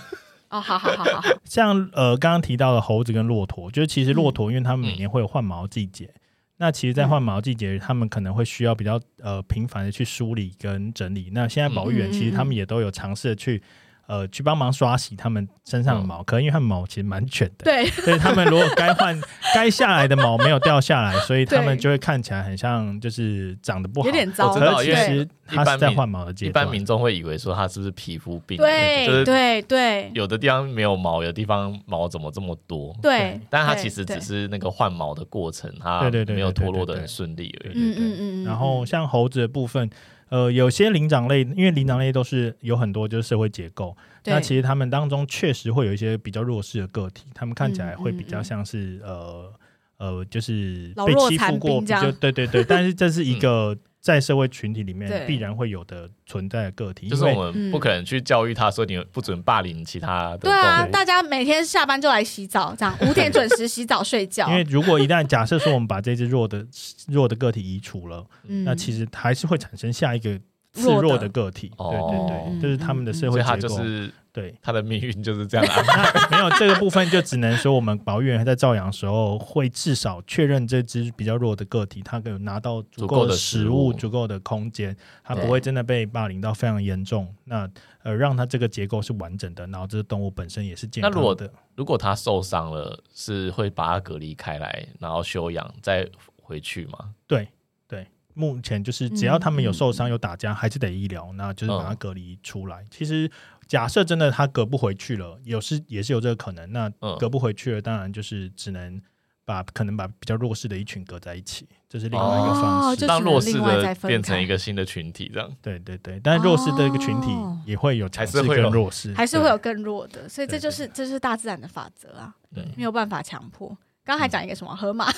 哦，好好好好好，像呃刚刚提到的猴子跟骆驼，就是其实骆驼因为它们每年会有换毛季节，嗯那其实，在换毛季节，它们可能会需要比较呃频繁的去梳理跟整理。那现在保育员嗯其实他们也都有尝试的去。呃，去帮忙刷洗它们身上的嗯毛，可能因为它们毛其实蛮卷 的，对，所以它们如果该换 该下来的毛没有掉下来，所以它对们就会看起来很像就是长得不好。有点我糟，知道可是对其因为实它是在换毛的 阶一段。般民众会以为说他是不是皮肤病，对就是对对有的地方没有毛，有的地方毛怎么这么多？对，但它对其实只对是那个换毛的过程，它对对对对没有脱落的对对很顺利而已。对嗯嗯对嗯，嗯然后像猴子的部分，呃，有些灵长类，因为灵长类都是有很多就是社会结构，那其实实他们当中确实会有一些比较弱势的个体，他们看起来会比嗯嗯较嗯像是、呃呃，就是老被弱欺负残过，兵比这样嗯较对对对，但是这是一个在社会群体里对面必然会有的存在的个体，就是因 为我们不可能去教育他说你不准霸凌其他的嗯对动啊，物，大家每天下班就来洗澡，这样五点准时洗澡睡觉。 因为如果一旦假设说我们把这只弱的弱的个体移除了，嗯那其实还是会产生下一个示弱的嗯弱的个体。对对哦对，这是他们的社所会以他结就构。是对，他的命运就是这样啊安排。那 没有这个部分就只能说我们保育员在照养的时候会至少确认这只比较弱的个体，它有拿到足够的足够的食食物物、足够的空间，它对不会真的被霸凌到非常严重。那呃，让它这个结构是完整的，然后这只动物本身也是健那如果康的。 如果他受伤了，是会把他隔离开来，然后休养再回去吗？对对，目前就是只要他嗯们有受伤、有打架，还是得医疗，那就是把它嗯隔离出来。其实假设真的他隔不回去了，有是也是有这个可能。那嗯隔不回去了，当然就是只能把可能把比较弱势的一群隔在一起，这是另外一个方哦式。就让只能弱势另外再的分变成开一个新的群体，这样对对对，但弱势的一个群体哦也会有强势还是会跟有弱势，还是对会有更弱的，所以这对就是这就是大自然的法则啊，对没有办法强迫。刚还讲一个什么河马，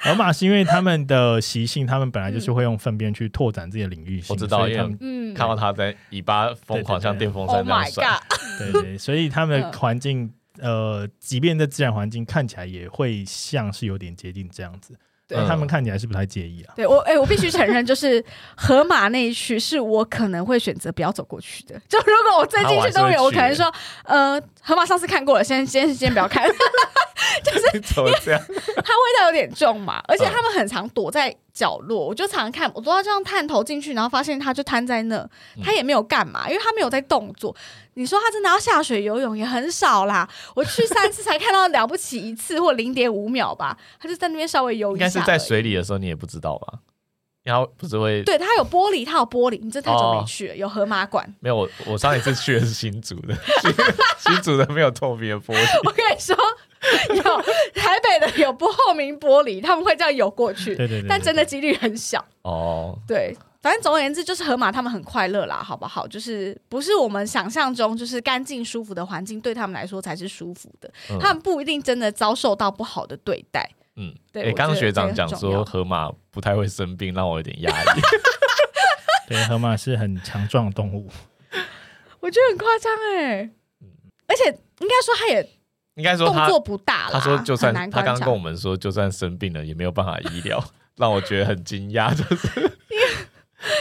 河马是因为他们的习性，他们本来就是会用粪便去拓展自己的领域性。我知道所以他们 嗯看到他在尾巴疯狂像电风，Oh 扇那样 my 甩， god，对对，所以他们的嗯环境，呃，即便在自然环境看起来也会像是有点接近这样子，对嗯但他们看起来是不太介意啊。 对我，哎、我必须承认，就是河马那一区是我可能会选择不要走过去的。就如果我最近去动物园，啊我我还是会去可能说，呃，河马上次看过了，现在今天今天不要看，味你怎么这样？道有点重嗯嘛。而且他们很常躲在角落，我就常看，我都要这样探头进去，然后发现它就瘫在那，嗯它也没有干嘛，因为它没有在动作。你说它真的要下水游泳也很少啦，我去三次才看到了不起一次 或零点五秒吧，它就在那边稍微游应一该下，是在。水里的时候你也不知道吧？因为他不是会对，它有玻璃，它有玻璃，你这太久没去了，哦有河马馆。 没有我我上一次去的是新竹的，新新竹的没有透 明的玻璃，我跟你说，有台北的有不透明玻璃，他们会这样游过去，对对对，但对真的几率很小。哦，对，反正总而言之，就是河马他们很快乐啦，好不好？就是不是我们想象中就是干净舒服的环境，对他们来说才是舒服的，嗯他们不一定真的遭受到不好的对待。嗯，对诶我刚刚觉得学这长个讲很重说要河马不太会生病，让我有点压 抑。对河马是很强壮的动物，我觉得很夸张哎，嗯而且应该说他也应该说动他作不大啦，他说就算很难他观刚刚察跟我们说，就算生病了也没有办法医疗，让我觉得很惊讶。就是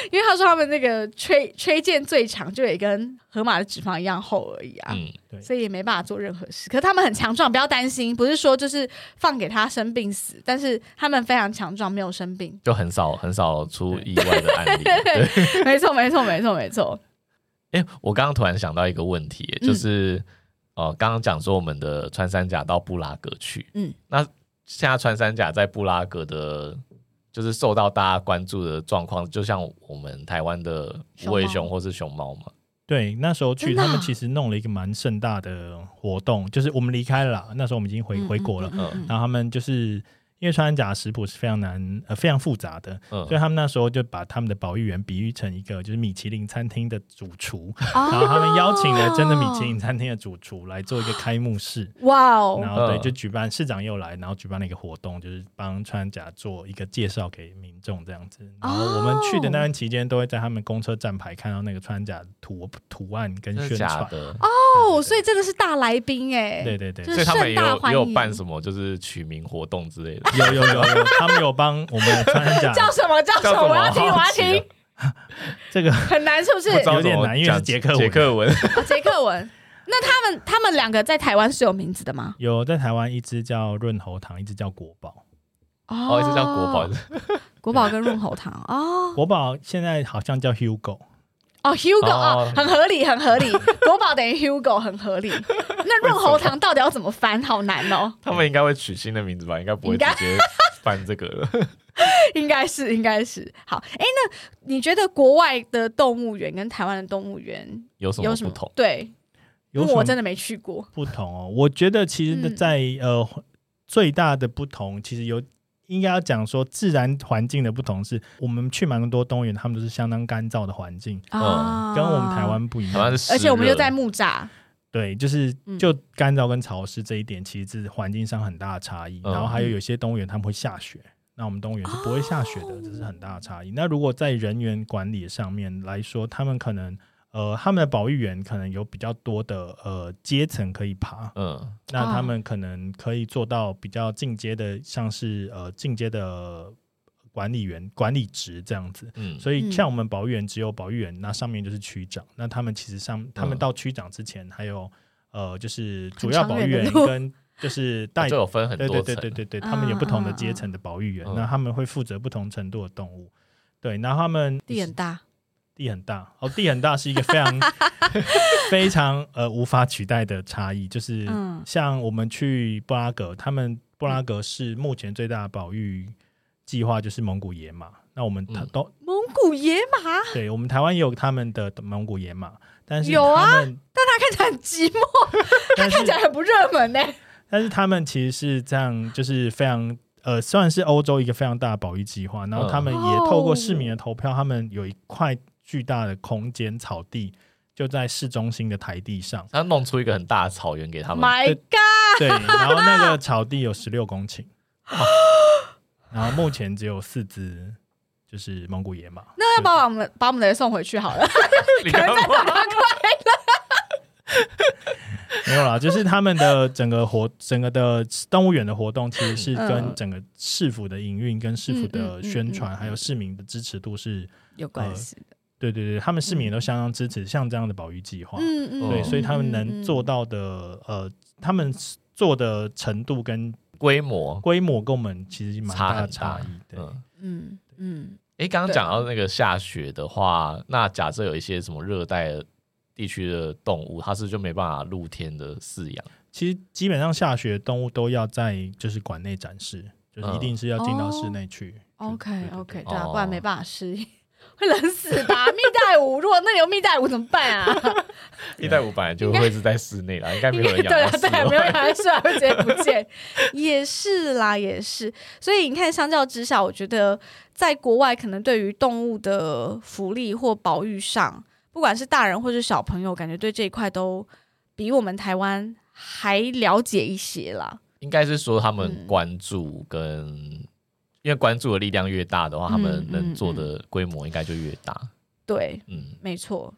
因为他说他们那个吹吹箭最长，就也跟河马的脂肪一样厚而已啊。嗯，。对所以也没办法做任何事。可是他们很强壮，不要担心，不是说就是放给他生病死，但是他们非常强壮，没有生病 就很少很少出意外的案例。对，没错，没错，没错，没错。哎、我刚刚突然想到一个问题，嗯就是哦，呃刚刚讲说我们的穿山甲到布拉格去，嗯嗯，那现在穿山甲在布拉格的，就是受到大家关注的状况，就像我们台湾的无尾熊猫熊或是熊猫嘛，对，那时候去真的啊他们其实弄了一个蛮盛大的活动，就是我们离开了啦，那时候我们已经回回国了，嗯嗯嗯然后他们就是。因为穿山甲食谱是非常难，呃，非常复杂的，嗯所以他们那时候就把他们的保育员比喻成一个就是米其林餐厅的主厨，哦然后他们邀请了真的米其林餐厅的主厨来做一个开幕式，哇哦，然后对，嗯就举办市长又来，然后举办了一个活动，就是帮川甲做一个介绍给民众这样子。然后我们去的哦那段期间，都会在他们公车站牌看到那个川甲图图案跟真的宣假传。的？哦，所以真的是大来宾哎。对对对，就是所以他们也盛大有欢也迎啊有办什么，就是取名活动之类的。有有有有，他们有帮我们川 甲叫什么？叫什叫么？什么我要听，我要好奇啊听，这个很难是不是？不知道有点怎么难因为讲是捷克文捷克文哦杰克文。那他们他们两个在台湾是有名字的吗？有在台湾一只叫润喉糖，一只叫国宝。哦哦，是叫国宝， 国宝跟润喉糖哦国宝现在好像叫 Hugo，哦，Hugo 哦哦，很合理，很 合理。国宝等于 Hugo，很合理。那润喉糖到底要怎么翻？好难哦。他们应该会取新的名字吧？应该不会应直该接办这个 了。 应该是，应该是。好，哎、那你觉得国外的动物园跟台湾的动物园有什么有什不么同？对，因有为什我么真的没去过。不同哦。我觉得其实嗯在、呃最大的不同，其实有应该要讲说自然环境的不同是，我们去蛮多动物园，他们都是相当干燥的环境，啊跟哦我们台，湾不一台湾样。是，而且我们又在木栅，对，就是嗯就干燥跟潮湿这一点，其实是环境上很大的差异。嗯然后还有有些动物园他们会下雪，那我们动物园是不会下雪的，这是很大的哦差异。那如果在人员管理上面来说，他们可能呃，他们的保育员可能有比较多的呃阶层可以爬，嗯，那哦他们可能可以做到比较进阶的，像是呃进阶的管理员、管理职这样子。嗯，所嗯以像我们保育员只有保育员，那上面就是区长。那他们其实上，他们嗯到区长之前还有呃，就是主很要长保远育的员路嗯跟 就是带就有分很对多对层对，对对对，他们有不同的阶层的保育员嗯嗯，嗯那他们会负责不同程度的动物。对，那他们地很大，地很大哦，地很大是一个非 常非常呃无法取代的差异，就是嗯像我们去布拉格，他们布拉格是目前最大的保育计划就是蒙古野马，那我们他嗯。都蒙古野马，对我们台湾也有他们的蒙古野马，但是有啊 他们，它看起来很寂寞，但是看起来很不热门呢、但是他们其实是这样，就是非常呃，算是欧洲一个非常大的保育计划。然后他们也透过市民的投票，他们有一块巨大的空间草地，就在市中心的台地上他弄出一个很大的草原给他们， My 对 God， 对，然后那个草地有十六公顷，然后目前只有四只，就是蒙古野马。那要把我们把我们的送回去好 了， 你干嘛？没有啦，就是他们的整个活、整个的动物园的活动，其实是嗯跟整个市府的营运、跟市府嗯嗯嗯的嗯宣传，还有市民的支持度是有关系的，对对对，他们市民也都相当支持像这样的保育计划，嗯哦对，所以他们能做到，到的呃，他们做的程度跟规模，规模跟我们其实蛮差大的很差大异，对。嗯。嗯嗯，诶，刚刚讲到那个下雪的话，那假设有一些什么热带地区的动物，它是就没办法露天的饲养，其实基本上下雪动物都要在就是馆内展示，就是一定是要进到室内去。就 OK 对对 OK，对对啊，哦不然没办法适应， 会冷死吧？蜜袋鼯，如果那里有蜜袋鼯怎么办 啊？蜜袋鼯本来就会是在室 内啦，应该没有人对养啊，哦到室对啊，没有外。人出来会直接不见，也是啦，也是。所以你看，相较之下，我觉得在国外可能对于动物的福利或保育上，不管是大人或是小朋友，感觉对这一块都比我们台湾还了解一些啦。 应该是说他嗯们关注跟，因为关注的力量越大的话，他们嗯呃能做嗯的规模应该就越大。对，嗯，没错，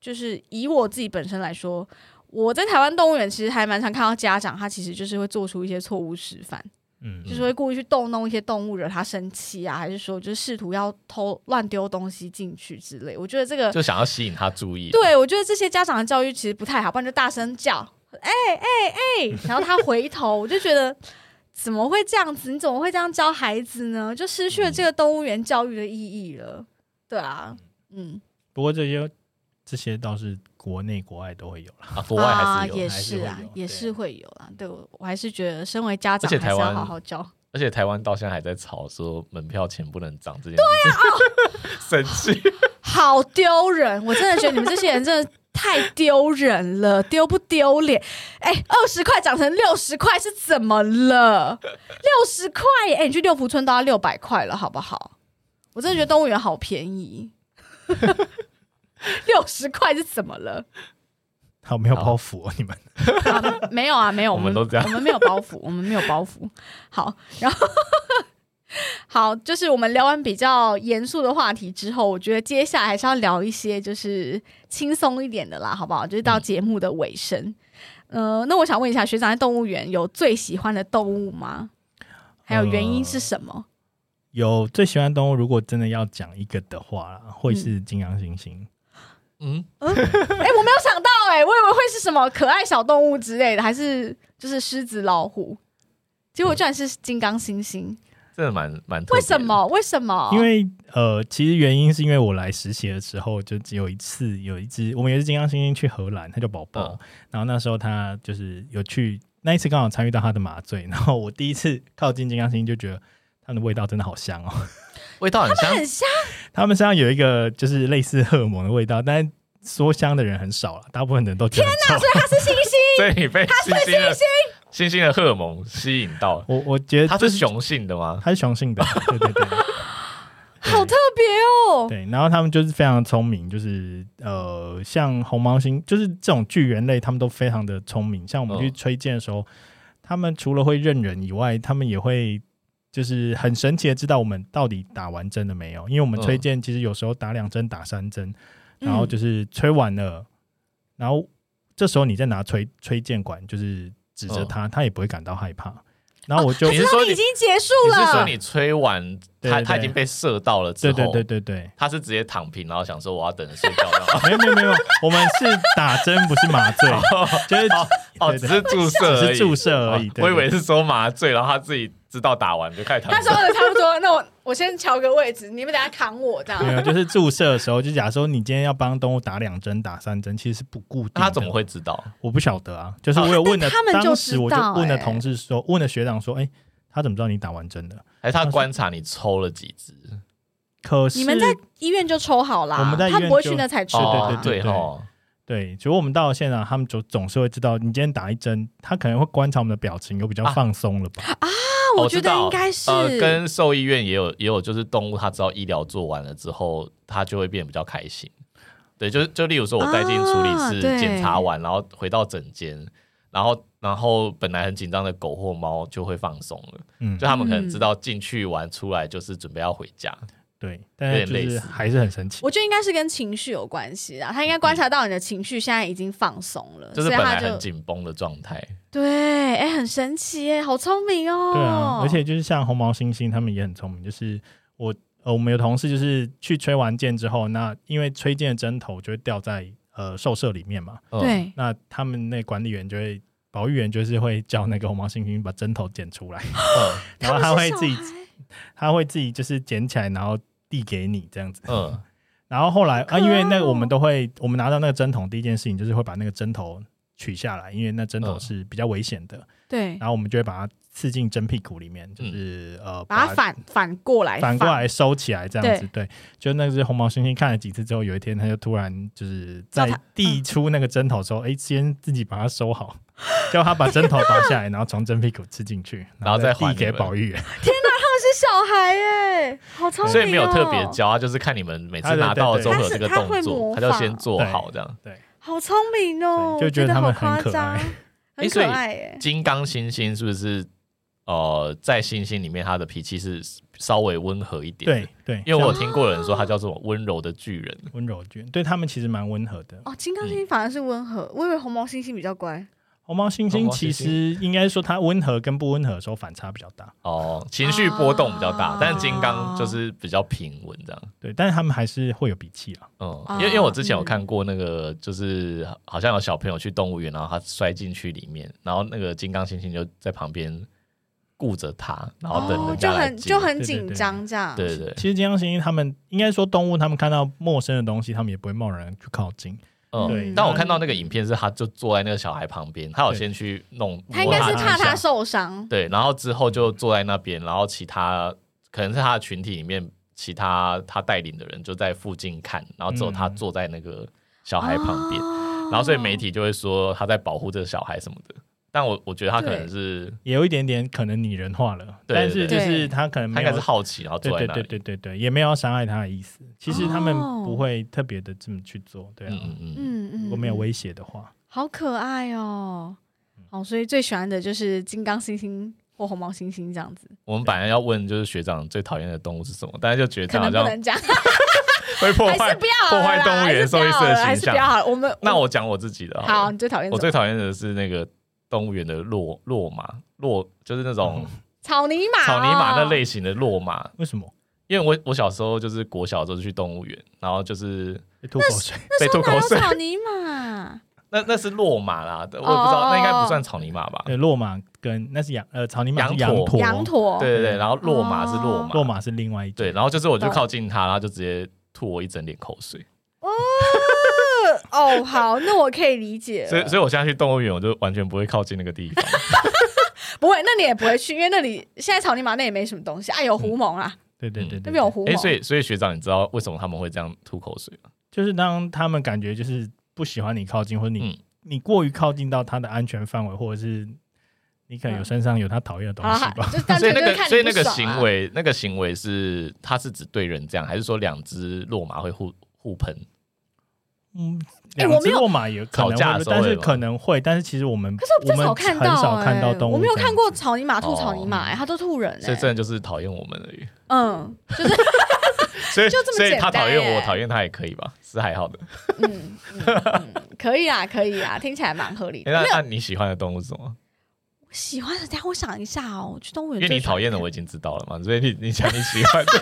就是以我自己本身来说，我在台湾动物园其实还蛮常看到家长，他其实就是会做出一些错误示范，嗯，就是会故意去逗弄一些动物，惹它生气啊，还是说就是试图要偷乱丢东西进去之类。我觉得这个，就想要吸引他注意。对我觉得这些家长的教育其实不太好，不然就大声叫，哎哎哎，然后他回头，我就觉得。怎么会这样子？你怎么会这样教孩子呢？就失去了这个动物园教育的意义了。对啊，嗯，不过这些这些倒是国内国外都会有啦。啊，国外还是啊、有，也还是是会啊有，也对是会有啦。对，我我还是觉得身为家长而且还是台要湾好好教。而且台湾到现在还在吵说门票钱不能涨这件事 情，生气。好丢人！我真的觉得你们这些人真的太丢人了，丢不丢脸？哎、二十块涨成六十块是怎么了？六十块耶！哎、你去六福村都要六百块了，好不好？我真的觉得动物园好便宜， 六十块是怎么了？好，没有好包袱哦，你们。 啊 没有啊，没有，我们都这样我们没有包袱，我 们没有包袱。好，然后 好，就是我们聊完比较严肃的话题之后，我觉得接下来还是要聊一些就是轻松一点的啦，好不好？就是到节目的尾声，呃，那我想问一下，学长在动物园有最喜欢的动物吗？还有原因是什么？有最喜欢的动物，如果真的要讲一个的话啦，会是金刚猩猩。嗯，哎、我没有想到、哎，我以为会是什么可爱小动物之类的，还是就是狮子、老虎，结果居然是金刚猩猩，真的蛮蛮特别的为什？么？为什么？因为呃，其实原因是因为我来实习的时候，就只有一次有一只，我们也是金刚猩猩去荷兰，它叫宝宝，嗯然后那时候它就是有去那一次刚好参与到它的麻醉，然后我第一次靠近金刚猩猩就觉得它的味道真的好香哦，味道很香，很像。它们身上有一个就是类似荷尔蒙的味道，但是说香的人很少了，大部分人都觉得很臭。它是猩猩，所以你被猩猩的猩猩的荷尔蒙吸引到了。 我我觉得它这是，雄性的吗？它是雄性的，对对对。好特别哦。对，然后他们就是非常聪明，就是呃，像红毛猩，就是这种巨猿类，他们都非常的聪明。像我们嗯去吹剑的时候，他们除了会认人以外，他们也会就是很神奇的知道我们到底打完针了没有，因为我们嗯推荐其实有时候打两针、打三针， 然嗯后就是是吹完了，然后这时候你再拿吹吹箭管，就是指着他，他也不会感到害怕。然后我 就、你是那说你你已经结束你是说了，你吹完，对他对他已经被射到了之对后，对对对对，他是直接躺平，然后想说我要等着睡觉， 然后没有没有没有，我们是打针不是麻醉，就是哦，对对只是注射而只已，是注射而已。哦对我以为对是说麻醉，然后他自己知道打完就开始 躺他平说。的差不多，那我我先瞧个位置，你们等下扛我这没样。 有，就是注射的时候，就假如说你今天要帮动物打两针、打三针，其实是不固定的。那他怎么会哦知道？我不晓得啊，就是我有问但了，他们就当时我就知道欸问了同事说，问了学长说，哎、他怎么知道你打完针的？还是他观察你抽了几支？可是你们在医院就抽好啦，我们在医院他不会就去那才吃对的、对啊对对对哦，对，结果我们到了现场，他们就总是会知道，你今天打一针，他可能会观察我们的表情，有比较啊放松了吧？ 那哦我知觉得道应该是、呃，跟兽医院也有也有，就是动物它知道医疗做完了之后，它就会变得比较开心。对，就就例如说我带进处理啊室对检查完，然后回到诊间，然后然后本来很紧张的狗或猫就会放松了，嗯就，他们可能嗯知道进去玩出来就是准备要回家。对，但是有就点类是似还是很神奇。我觉得应该是跟情绪有关系啊，他应该观察到你的情绪现在已经放松了，就是所以本他来就很紧绷的状态，对，哎、很神奇耶，好聪明哦。对啊，而且就是像红毛猩猩，他们也很聪明，就是我呃，我们有同事就是去吹完箭之后，那因为吹箭的针头就会掉在呃兽舍里面嘛，嗯，对，那他们那管理员就会。保育员就是会叫那个红毛猩猩把针头剪出 来，嗯然后他会是自己小孩他会自己就是捡起来，然后递给你这样子。嗯，然后后来可啊，爱哦因为那个我们都会，我们拿到那个针筒，第一件事情就是会把那个针头取下来，因为那针头嗯是比较危险的。对，然后我们就会把它刺进针屁股里面，就是、呃把它反反过来，反过来收起来这样子。对，就那只红毛猩猩看了几次之后，有一天它就突然就是在叫它递出那个针头的时候，哎、先自己把它收好， 叫它把针头拔下来，然后从针屁股刺进去，然后再还递给你们宝玉。他是小孩耶，好聪明、哦。嗯所以没有特别，教，他就是看你们每次拿到的时候会有这个他动是他会模作，仿他就先做好这样。好聪明哦，对就觉得他们很可真爱的好夸张，很哎所可以爱耶。金刚猩猩是不是呃，在猩猩里面它的脾气是稍微温和一点？，对对，因为我有像听过有人说它叫做温柔的巨人，温柔君对他们其实蛮温和的。哦，金刚猩猩反而是温和，我以为红毛猩猩比较乖。红毛猩红猩毛其猩猩实应该说它温和跟不温和的时候反差比较大，哦，情绪波动比较大，哦啊但是金刚就是比较平稳这样。对，但是他们还是会有脾气啦。嗯啊，因为因为我之前有看过那个，就是好像有小朋友去动物园，然后他摔进去里面，然后那个金刚猩猩就在旁边顾着他，然后等哦，人就家来很接。就很对对紧对张这样。对对对，其实金刚猩猩他们应该说动物，他们看到陌生的东西，他们也不会贸然去靠近。对嗯，但我看到那个影片是，他就坐在那个小孩旁边，他有对先去弄，他应该是摸怕几下他受伤。对，然后之后就坐在那边，然后其他可能是他的群体里面，其他他带领的人就在附近看，然后只有他嗯坐在那个小孩旁边，哦然后所以媒体就会说他在保护这个小孩什么的。但我我觉得他可能是也有一点点可能拟人化了，对但是就对是他可能他没应有该是好奇，然后对坐在对那对里。对对对，也没有要伤害他的意思。其实他们哦不会特别的这么去做，对啊，嗯嗯嗯，嗯嗯，如果没有嗯威胁的话，好可爱哦。嗯好，所以最喜欢的就是金刚猩猩或红毛猩猩这样子，我们本来要问就是学长最讨厌的动物是什么，但是就觉得可他能好不像能讲，会破还坏是不要破了坏啦动物还园是不兽医要师的了还形是不要象。好了。我们那我讲我自己的好了好，你最讨厌什我么最讨厌的是那个动物园的落落马落，就是那种嗯草泥马，草泥马那。类型的落马。为什么？因为我我小时候就是国小的时候就去动物园，然后就是被哎吐口水，那 被时候吐哪口有水，草泥 马？那那是落马啦，我也不知哦哦哦道，那应该不算草泥马吧？对，落马跟那是羊，呃，草泥马是羊驼驼，羊驼，对对对，然后落马是落马，落马是另外一种对，然后就是我哦就懂靠近它，然后就直接吐我一整脸口水， 哦，好，那我可以理解了。所以所以我现在去动物园，我就完全不会靠近那 个地方。不会，那你也不会去，因为那里现在草泥马那也没什么东西啊，有狐獴啊，对对对对那对，边有狐嗯哎，獴。所以所以学长，你知道为什么他们会这样吐口水吗？就是当他们感觉就是不喜欢你靠近，或者你、嗯你过于靠近到它的安全范围，或者是你可能嗯有身上有它讨厌的东西好吧。啦， 就单所以纯就是那个看你所以那个不爽啊行为，那个行为是他是只对人这样，还是说两只落马会互互喷？嗯，哎两我只没有落马也可吵架能的会，时候但是会吧可能会，但是其实我们可是我比较们少看很到、欸，少看到动物，我没有看。过草泥马哦吐草泥马、欸，它都吐人、所以欸，真的就是讨厌我们而已。嗯，所以就这么所以他简单讨厌我，欸讨厌他也可以吧，是还好的。嗯，嗯嗯，可以啊，可以啊，听起来蛮合理的。诶那没有那你喜欢的动物是什么？喜欢的，等一下我想一下哦，我去动物园因为最你喜欢讨厌的我已经知道了嘛，所以你你想你喜欢 的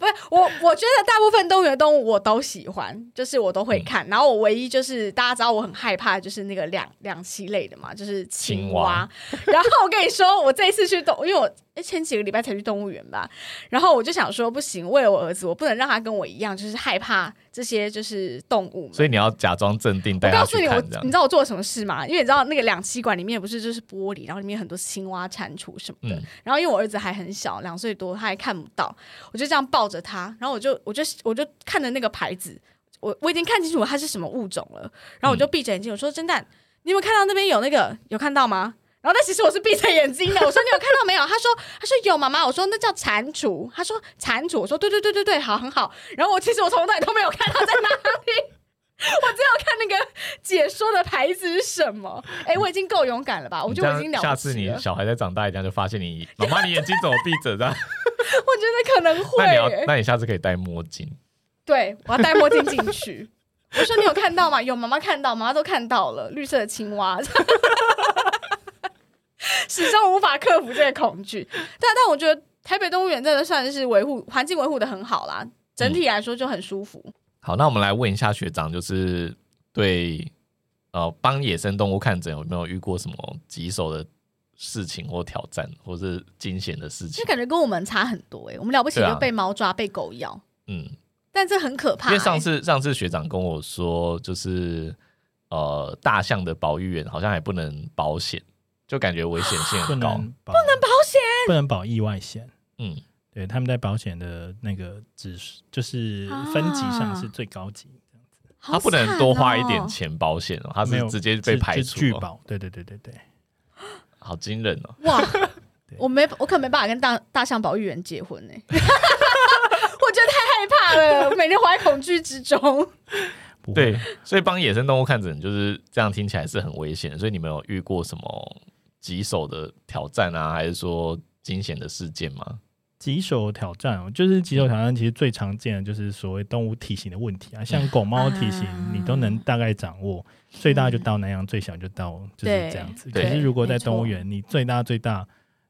不是我，我觉得大部分动物园动物我都喜欢，就是我都嗯会看。然后我唯一就是大家知道我很害怕，就是那个两两栖类的嘛，就是青青蛙 然后我跟你说，我这一次去动，因为我诶前几个礼拜才去动物园吧，然后我就想说，不行，为了我儿子，我不能让他跟我一样，就是害怕这些就是动物们。所以你要假装镇定我带他告诉去你，我看这样你知。道我做了什么事吗？因为你知道那个两栖馆里面不是就是玻璃，然后里面很多青蛙、蟾蜍什么的。嗯然后因为我儿子还很小，两岁多，他还看不到，我就这样抱着他，然后我就我就我就看着那个牌子，我我已经看清楚它是什么物种了，然后我就嗯闭着眼睛，我说：“蒸蛋，你有没有看到那边有那个？有看到吗？”然后但其实我是闭着眼睛的，我说你有看到没有？他说他说有妈妈，我说那叫蟾蜍，他说蟾蜍，我说对对对对对，好很好。然后我其实我从头到尾都没有看到在哪里， 我只有看那个解说的牌子是什么。哎，我已经够勇敢了吧？我觉得我已经这了样不下次起你了。小孩再长大一点，就发现你妈妈你眼睛怎么闭 着的？我觉得可能会、 那你要欸，那你下次可以戴墨镜。对我要戴墨镜进去。 我说你有看到吗？有，妈妈看到，妈妈都看到了，绿色的青蛙。 始终无法克服这个恐惧，但但我觉得台北动物园真的算是维护环境维护的很好啦，整体来说就很舒服。好，那我们来问一下学长，就是对呃帮野生动物看诊有没有遇过什么棘手的事情或挑战，或是惊险的事就情？感觉跟我们差很多欸诶、我们了不起对啊就被猫抓、被狗咬，嗯，但这很可怕、因为上欸次上次学长跟我说，就是呃大象的保育员好像还不能保险，就感觉危险性不很高。能保不能保险，不能保意外险。嗯，对，他们在保险的那个指数就是分级啊上是最高级，好他不能惨多花一哦点钱保险哦，他没是有直接被排是除拒哦，保。对对对对对，好惊人哦！ 哇对，我没，我可没办法跟大大象保育员结婚呢、 我觉得太害怕了，我每天活在恐惧之中。不会啊对，所以帮野生动物看诊就是这样，听起来是很危险的。所以你们有遇过什么棘手的挑战啊，还是说惊险的事件吗？棘手挑战哦，就是棘手挑战，其实最常见的就是所谓动物体型的问 题啊，像狗猫体型啊你都能大概掌握，最大就到南洋，最小就到就是这样子。可对是如果嗯在没错动物园，你最大最大，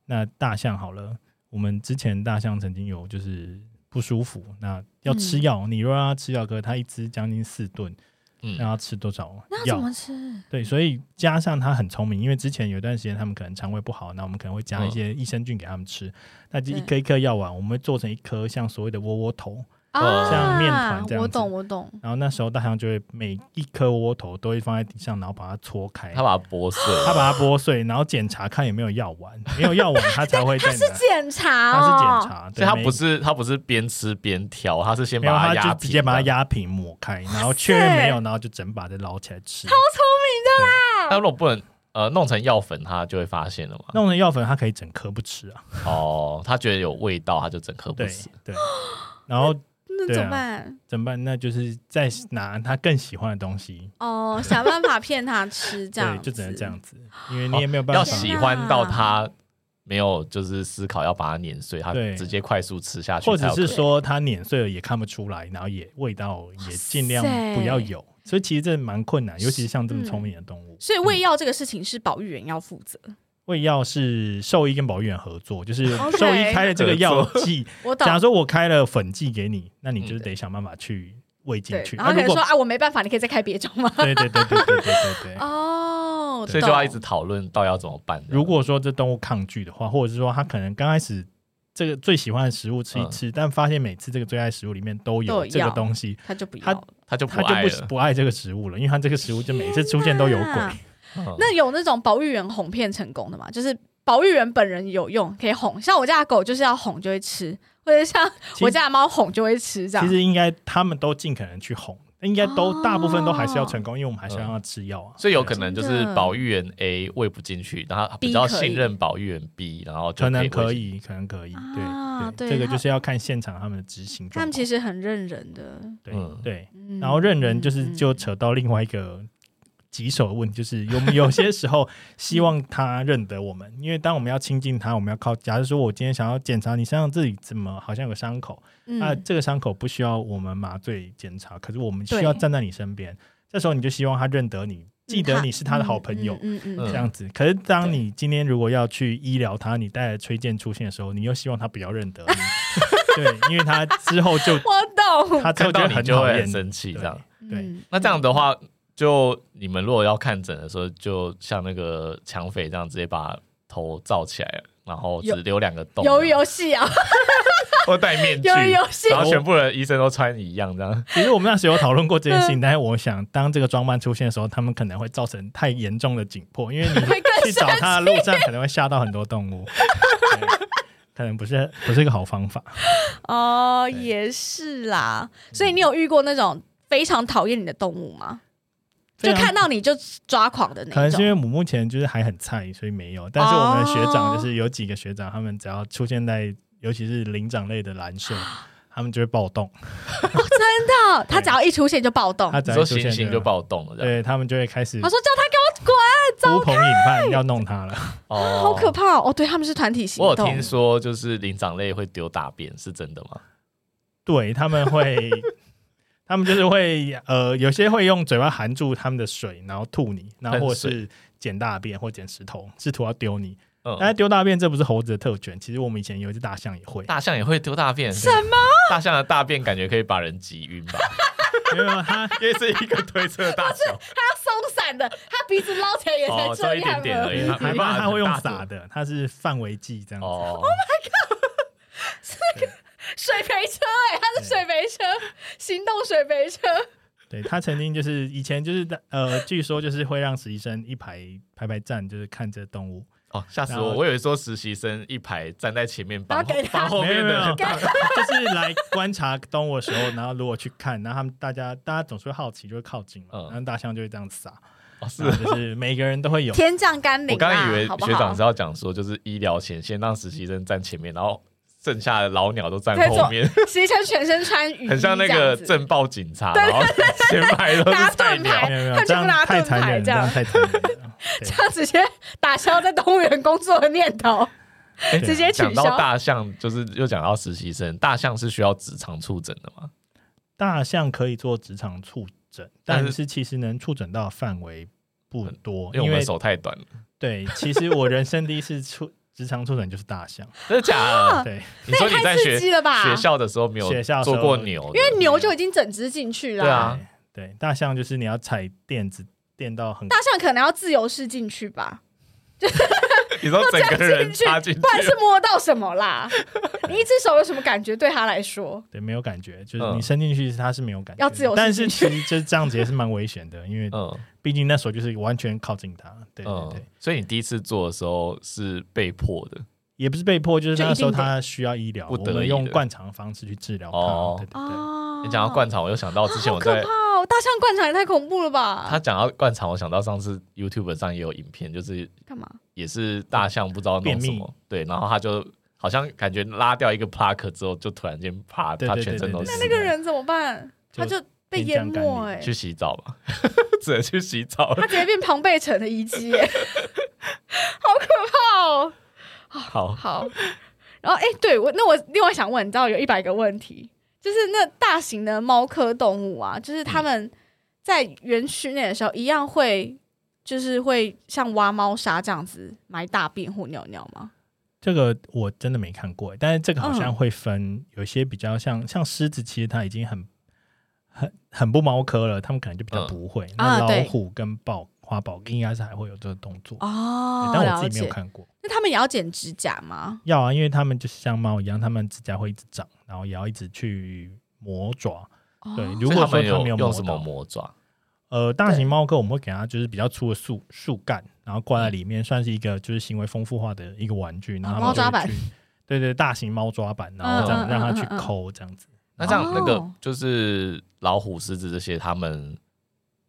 那大象好了，我们之前大象曾经有就是不舒服，那要吃药，嗯你若让它吃药，可是它一只将近四吨，嗯那要吃多少那怎药？么吃？对，所以加上它很聪明，因为之前有一段时间他们可能肠胃不好，那我们可能会嗯加一些益生菌给他们吃，那就一对颗一颗药丸，我们会做成一颗像所谓的窝窝头，啊，哦像面团这样子我懂，我懂。然后那时候大象就会每一颗窝窝头都会放在地上，然后把它搓开，他把它剥碎，它把它剥碎，然后检查看有没有药丸，没有药丸它才会他再拿是，检查它哦，是检查，所 对，以他每不是他不是边吃边挑，他是先没有，把它它压就直平接把它的压平抹开，然后确认没有，然后就整把再捞起来吃。那如果不能呃弄成药粉，他就会发现了嘛。弄成药粉它可以整颗不吃啊，哦，他觉得有味道，他就整颗不对吃。对，然后那对啊怎么办？怎么办？那就是再拿他更喜欢的东西，哦，想办法骗他 吃，这对，样就只能这子。样子，因为你也没有办要法。喜欢到他没有就是思考要把它碾碎，他对直接快速吃下去，或者才有是可能说他碾碎了也看不出来，然后也味道也尽量不要有，所以其实这蛮困难，尤其是像这么聪明的动物。所以喂药这个事情是保育员要负责，喂药是兽医跟保育员合作，就是 OK 兽医开了这个药剂，我懂假。如说我开了粉剂给你，那嗯你就是得想办法去喂进对，去。然后那可如能果说啊，我没办法，你可以再开别种吗？对对对对对对 对对。哦，所以就要一懂直讨论到底要怎么办。如果说这动物抗拒的话，或者是说它可能刚开始这个最喜欢的食物吃一嗯吃，但发现每次这个最爱食物里面都都有有这个药东西，他就不要他了。他就不它爱就不了，不爱这个食物了，因为它这个食物就每次出现都有鬼。天嗯那有那种保育员哄骗成功的吗？就是保育员本人有用，可以哄。像我家的狗就是要哄就会吃，或者像其我家的猫哄就会吃这其样。实应该他们都尽可能去哄，应该都大部分都还是要哦成功，因为我们还是要让它吃药啊。嗯所以有可能就是真的保育员 A 喂不进去，然后他比较 B 可以信任保育员 B，然后就可能以可喂进去。以，可能可以，啊对对对，这个他就是要看现场他们的执行他状们况。其实很认人的，对嗯对，嗯然后认人就是嗯就嗯扯到另外一个棘手的问题，就是有 有些时候希望他认得我们，因为当我们要亲近他，我们要靠。假如说我今天想要检查你身上这里怎么好像有个伤口，嗯那、这个伤口不需要我们麻醉检查，可是我们需要对站在你身边，这时候你就希望他认得你，记得你是他的好朋友。嗯嗯嗯嗯这样子，可是当对你今天如果要去医疗他，你带着崔健出现的时候，你又希望他不要认 得你，对，因为他之后就我懂。他之后 看就到很你就讨会厌很你生气，这样。对嗯那这样的话，就你们如果要看诊的时候，就像那个抢匪这样，直接把头罩起来，然后只有留两个洞，鱿鱼游戏啊，或戴面具，鱿鱼游戏然后全部人医生都穿一样这样。其实我们那时候有讨论过这件事嗯情，但是我想，当这个装扮出现的时候，他们可能会造成太严重的紧 迫，因为你会更去找他的路上可能会吓到很多动物，对可能不是不是一个好方法。哦，对也是啦。所以你有遇过那种非常讨厌你的动物吗？就非常看到你就抓狂的可那能是因种。为我目前就是还很菜，所以没有。但是我们的学长就是有几个学长，他们只要出现在尤其是灵长类的蓝社，哦他们就会暴动，真的，他只要一出现就暴动。他他只你说要出现行刑就就，暴动了，这样对他们就会开始说叫呼朋引伴，要弄他了。他哦，好可。怕哦！哦对，他们是团体行我有动听。说，就是灵长类会丢大便，是真的吗？对他们 会，他们就是会呃，有些会用嘴巴含住他们的水，然后吐你，然后或者喷是捡大便或捡石头，试图要丢你。但是嗯，丢大便这不是猴子的特权，其实我们以前有一只大象也会， 大象也会丢大便？什么？大象的大便感觉可以把人挤晕吧？没有它 因为 是一个推测大小，他松散的，他鼻子捞起来也才哦，这就一点样点而了。已，它没办法，它会用撒的，它是范围剂这样子。哦，水培车哎，他是水培车，行动水培车。对，它曾经就是以前就是呃，据说就是会让实习生一排排排站，就是看这动物。哦，吓死然后我！我以为说实习生一排站在前面帮然后给他帮后没有面没的，有，就是来观察动物的时候，然后如果去看，然后他们大家大家总是会好奇，就会靠近嘛，嗯然后大象就会这样撒，哦是然。后就是每个人都会有。天降甘霖我啊。刚刚以为好不学长好是？要讲说，就是医疗前线让实习生站前面，然后剩下的老鸟都站在做 后面，实习生全身穿雨衣，很像那这个样子镇暴警察，然后 前排都拿是菜盾牌鸟。没他有没有，们这就样拿盾太残牌忍了，这这样样 太残忍了。对他直接打消在动物园工作的念头，哎直接取讲到消。大象，就是又讲到实习生，大象是需要职场触诊的吗？大象可以做职场触诊，但是但是其实能触诊到的范围不多，因为我因们为手太短了，对，其实我人生第一次触职场触诊就是大象。真的假的？对， 你说啊也你在太学刺激了吧！学校的时候没有学校的时做候过牛的，因为牛就已经整只进去了，对啊对对，大象就是你要踩垫子垫到很大象可能要自由式进去吧，你说整个人插进去不，然是摸到什么 啦？你一只手有什么感觉？对他来说，对，没有感觉，就是嗯你伸进去，它是没有感觉。要自由但伸进是去其实就是这样子也是蛮危险的，因为嗯毕竟那时候就是完全靠近它。 对对对，嗯，所以你第一次做的时候是被迫的，也不是被迫，就是就那一时候定得它需要医疗，不我得已们用的灌肠方式去治疗它。哦对对对，哦你讲到灌肠，我又想到之前好我可在怕哦！大象灌肠也太恐怖了啊他吧？讲到灌肠，我想到上次 YouTube 上也有影片，就是干嘛？也是大象不知道弄什便秘么，对，然后他就好像感觉拉掉一个 plug 之后，就突然间啪，对他对全对身对都对是那。那个人怎么办？就他就被淹没哎、去洗澡吧， 只能去洗澡了他。直接变庞贝城的遗迹、欸， 好可怕哦！好，好，然后哎、诶对我那我另外想问，你知道有一百个问题，就是那大型的猫科动物啊，就是它们在园区内的时候，一样会就是会像挖猫砂这样子埋大便或尿尿吗？这个我真的没看过，但是这个好像嗯会分，有些比较像像狮子，其实它已经很很很不猫科了，它们可能就比较嗯不会。啊那老对虎跟豹、花豹应该是还会有这个动作，哦对但我了自己没解。有看过。那它们也要剪指甲吗？要啊，因为他们就是像猫一样，他们指甲会一直长，然后也要一直去磨爪。对，哦如所果说以他它们没有磨用什么到，魔爪？呃，大型猫科我们会给它就是比较粗的树树干，然后嗯挂在里面，算是一个就是行为丰富化的一个玩具。然后它们哦猫抓 就会板去，对对，大型猫抓板，然后这嗯样嗯让它去嗯嗯嗯抠这样子，那这样那个哦就是老虎、狮子这些，他们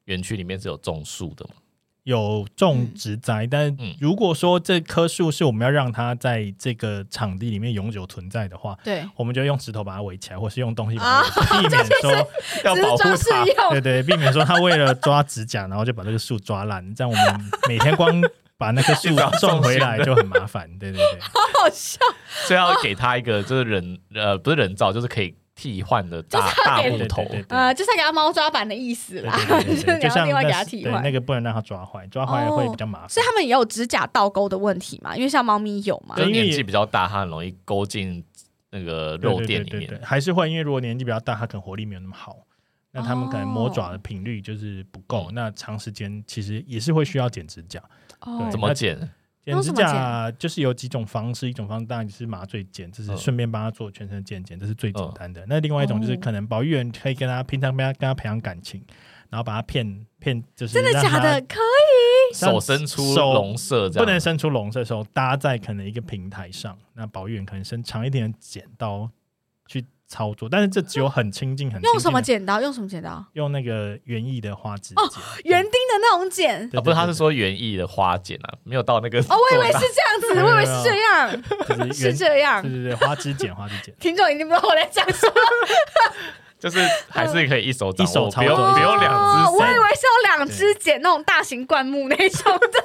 园区里面是有种树 的嘛？有种植栽，但嗯如果说这棵树是我们要让它在这个场地里面永久存在的话，对，我们就用石头把它围起来，或是用东西啊把它围起来，避免说要保只是护装饰它。用对对，避免说它为了抓指甲，然后就把这个树抓烂，这样我们每天光把那棵树种回来就很麻烦。对对对，好笑，所以要给它一个就是人呃不是人造，就是可以替换的大 就是要大给木头对。对对对呃，就是给他猫抓板的意思对啦，对 对对，你就要像另外给那他是替对换。那个不能让它抓坏，抓坏会比较麻所烦以。他们也有指甲倒钩的问题嘛？因为像猫咪有嘛就。是因为年也纪比较大，它很容易勾进那个对肉对垫对里对面对。还是会因为如果年纪比较大，它可能活力没有那么好，那他们可能磨爪的哦频率就是不够，那长时间其实也是会需要剪指甲。哦对怎么剪？剪用指什么甲就是有几种方式，一种方式当然就是麻醉剪，就是嗯顺便帮他做全身健检，这是最简嗯单的。那另外一种就是哦可能保育员可以跟他平常跟他跟他培养感情，然后把他骗骗，就是真的让假他的？可以手伸出手笼舍这不能样。啊伸出笼子的时候搭在可能一个平台上，那保育员可能伸长一点的剪刀去操作，但是这只有很亲近很亲近的用什么？剪刀？用什么剪刀？用那个园艺的花枝哦剪，园丁的那种剪。对啊，不是，他是对说园艺的花剪啊，没有到那个。哦，我以为是这样子，没有我以为是这样， 对就是是园这样对。对对，花枝剪花枝剪。听众一定不知道我在讲什 么，就是还是可以一手掌握，一手不操作用一手不用两哦只我手，以为是有两只剪那种大型灌木那 种的。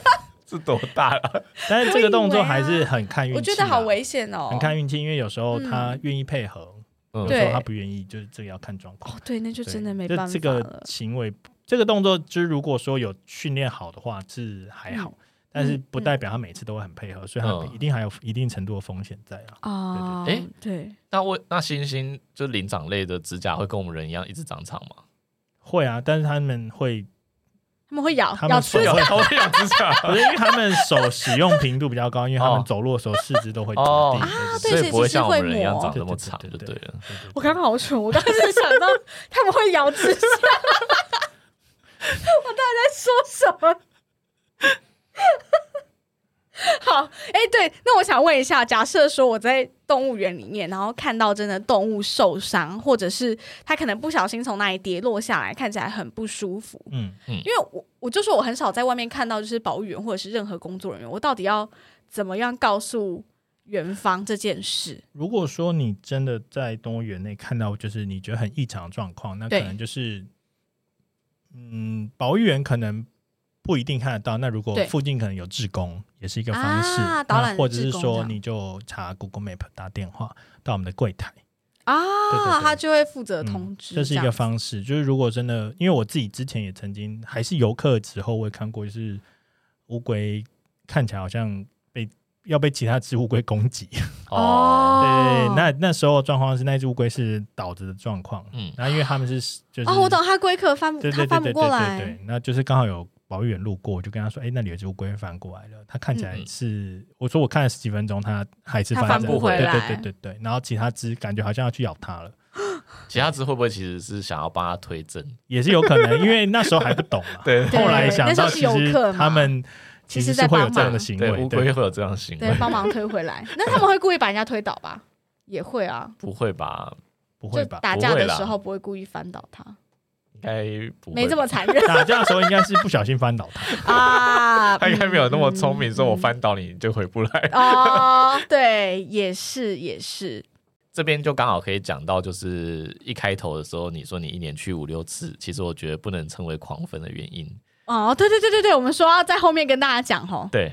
是多大啊了？但是这个动作我以为啊还是很看运气我啦，觉得好危险哦。很看运气，因为有时候他愿意配合，嗯有时对候他不愿意，就是这个要看状况哦。，对，那就对真的没就办法了。这个行为，这个动作，就是如果说有训练好的话是还嗯好，但是不代表他每次都会很配合，所以嗯他一定还有一定程度的风险在啊。啊，对对对， 那我那猩猩就灵长类的指甲会跟我们人一样一直长长吗？会啊，但是他们会，他们会咬他咬们指手，甲啊 有，它啊会长指甲不是呃因为他们手使用频度比较高，因为他哦们走路的时候四肢都会着哦地。啊对所以不会像我们人一样所以长其那实是会磨么长就对了。对我刚刚好蠢，我刚刚是想到他们会咬指甲，我到底在说什么？ 好，哎、对，那我想问一下，假设说我在动物园里面，然后看到真的动物受伤，或者是它可能不小心从那里跌落下来，看起来很不舒服，嗯，因为我我就说我很少在外面看到就是保育员或者是任何工作人员，我到底要怎么样告诉园方这件事？如果说你真的在动物园内看到就是你觉得很异常的状况，那可对能就是，嗯，保育员可能不一定看得到。那如果对附近可能有志工，也是一个方式。啊那导览或者是志工这说样你就查 Google Map 打电话到我们的柜台，对对啊，对他就会负责嗯通知、这是一样个子方式。就是如果真的，因为我自己之前也曾经还是游客之后，我也看过，就是乌龟看起来好像被要被其他只乌龟攻击。哦，对，那那时候的状况是那只乌龟是倒着的状况，嗯，然后因为他们是就是哦，我懂，他龟壳翻不，对，他对对翻对不对对过对来对，那就是刚好有保育员路过，我就跟他说，哎，那里有只乌龟翻过来了，它看起来嗯是，我说我看了十几分钟，它还是它翻翻着不回对来对对对对，然后其他只感觉好像要去咬它了，其他只会不会其实是想要帮它推正？ 也是有可能，因为那时候还不懂嘛， 对对后来想到那时其候是实游客嘛他们其其实实在是会有帮这样忙的行对，为，乌对龟，会有这样的行对为，，帮忙推回 来。那他们会故意把人家推倒吧？也会啊，不会吧？不就会吧？打架不的会啦时候不会故意翻倒他，应该不会吧没这么残 忍打架的时候应该是不小心翻倒它，啊。他应该没有那么聪明，嗯说我翻倒你你就回不来。哦，对，也是也是， 这边就刚好可以讲到，就是一开头的时候，你说你一年去五六次，其实我觉得不能称为狂粉的原因。哦，对对对对对，我们说要在后面跟大家讲 吼，对，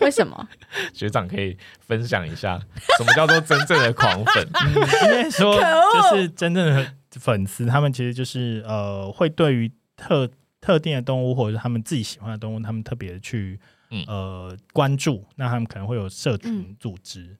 为什么？学长可以分享一下 什么叫做真正的狂粉？ 嗯应该说可恶就是真正的粉丝，他们其实就是呃，会对于特特定的动物或者是他们自己喜欢的动物，他们特别去嗯呃关注，那他们可能会有社群嗯组织，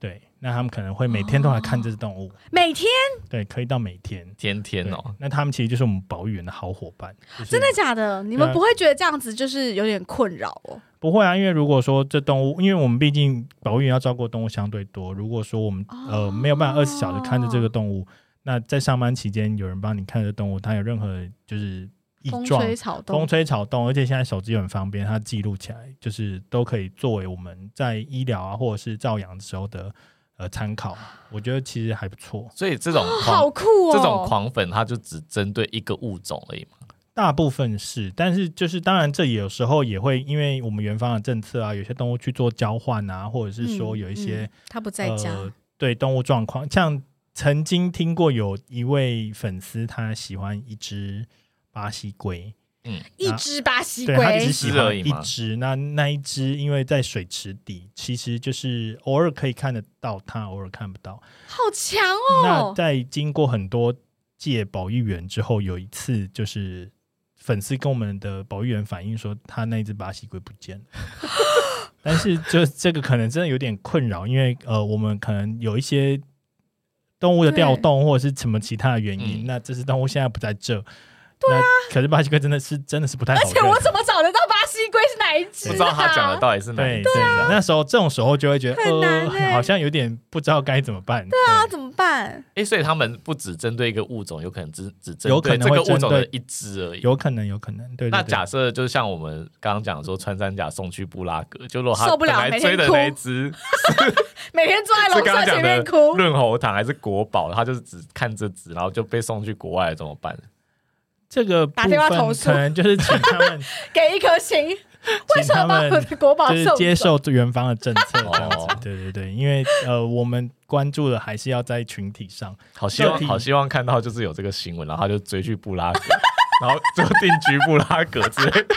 对，那他们可能会每天都来看这只动物，每天对对，可以到每天。天天对哦，那他们其实就是我们保育员的好伙伴，就是真的假的？你对们啊不会觉得这样子就是有点困扰哦？不会啊，因为如果说这动物，因为我们毕竟保育员要照顾的动物相对多，如果说我们、哦呃没有办法二十小时看着这个动物，那在上班期间有人帮你看着动物，它有任何就是异风状、吹草动风，吹草动，而且现在手机又很方便，它记录起来就是都可以作为我们在医疗啊或者是照养的时候的呃参考，我觉得其实还不错。所以这种 好狂酷哦！这种狂粉，他就只针对一个物种而已嘛。大部分是，但是就是当然，这也有时候也会因为我们园方的政策啊，有些动物去做交换啊，或者是说有一些、嗯他不在家，呃、对动物状况，像曾经听过有一位粉丝他喜欢一只巴西龟，嗯，一只巴西对他龟只是喜一只而欢已一嘛只，那那一只因为在水池底，其实就是偶尔可以看得到它，偶尔看不到。好强那哦！在经过很多届保育员之后，有一次就是粉丝跟我们的保育员反映说，他那一只巴西龟不见了。 但是就这个可能真的有点困扰，因为呃，我们可能有一些动物的调动或者是什么其他的原因，嗯那这只动物现在不在这。对啊，可是巴西龟真的是真的是不太好而认，且我怎么找得到巴西龟是哪一只、不啊？知道他讲的到底是哪对一对只啊那时候这种时候就会觉得很难欸啊呃，好像有点不知道该怎么办。对那怎么办？诶，所以他们不只针对一个物种，有可能只只针有可对能这个会物种的针一只而已。有可能，有可能，对对对。那假设就像我们刚刚讲说，穿山甲送去布拉格，就如果他受不了本来每天追的哭那一只 每天 坐在是楼上刚刚前讲面的哭，润喉糖还是国宝，他就是只看这只，然后就被送去国外怎么办？这个打电话部分投诉可能就是请他们，给一颗星， 为请什么他把我们的国宝就送是走？接受园方的政策这样子哦。对对对，因为呃，我们关注的还是要在群体上。好希望这题好希望看到就是有这个新闻，然后他就追去布拉格， 然后就定居布拉格之类 的。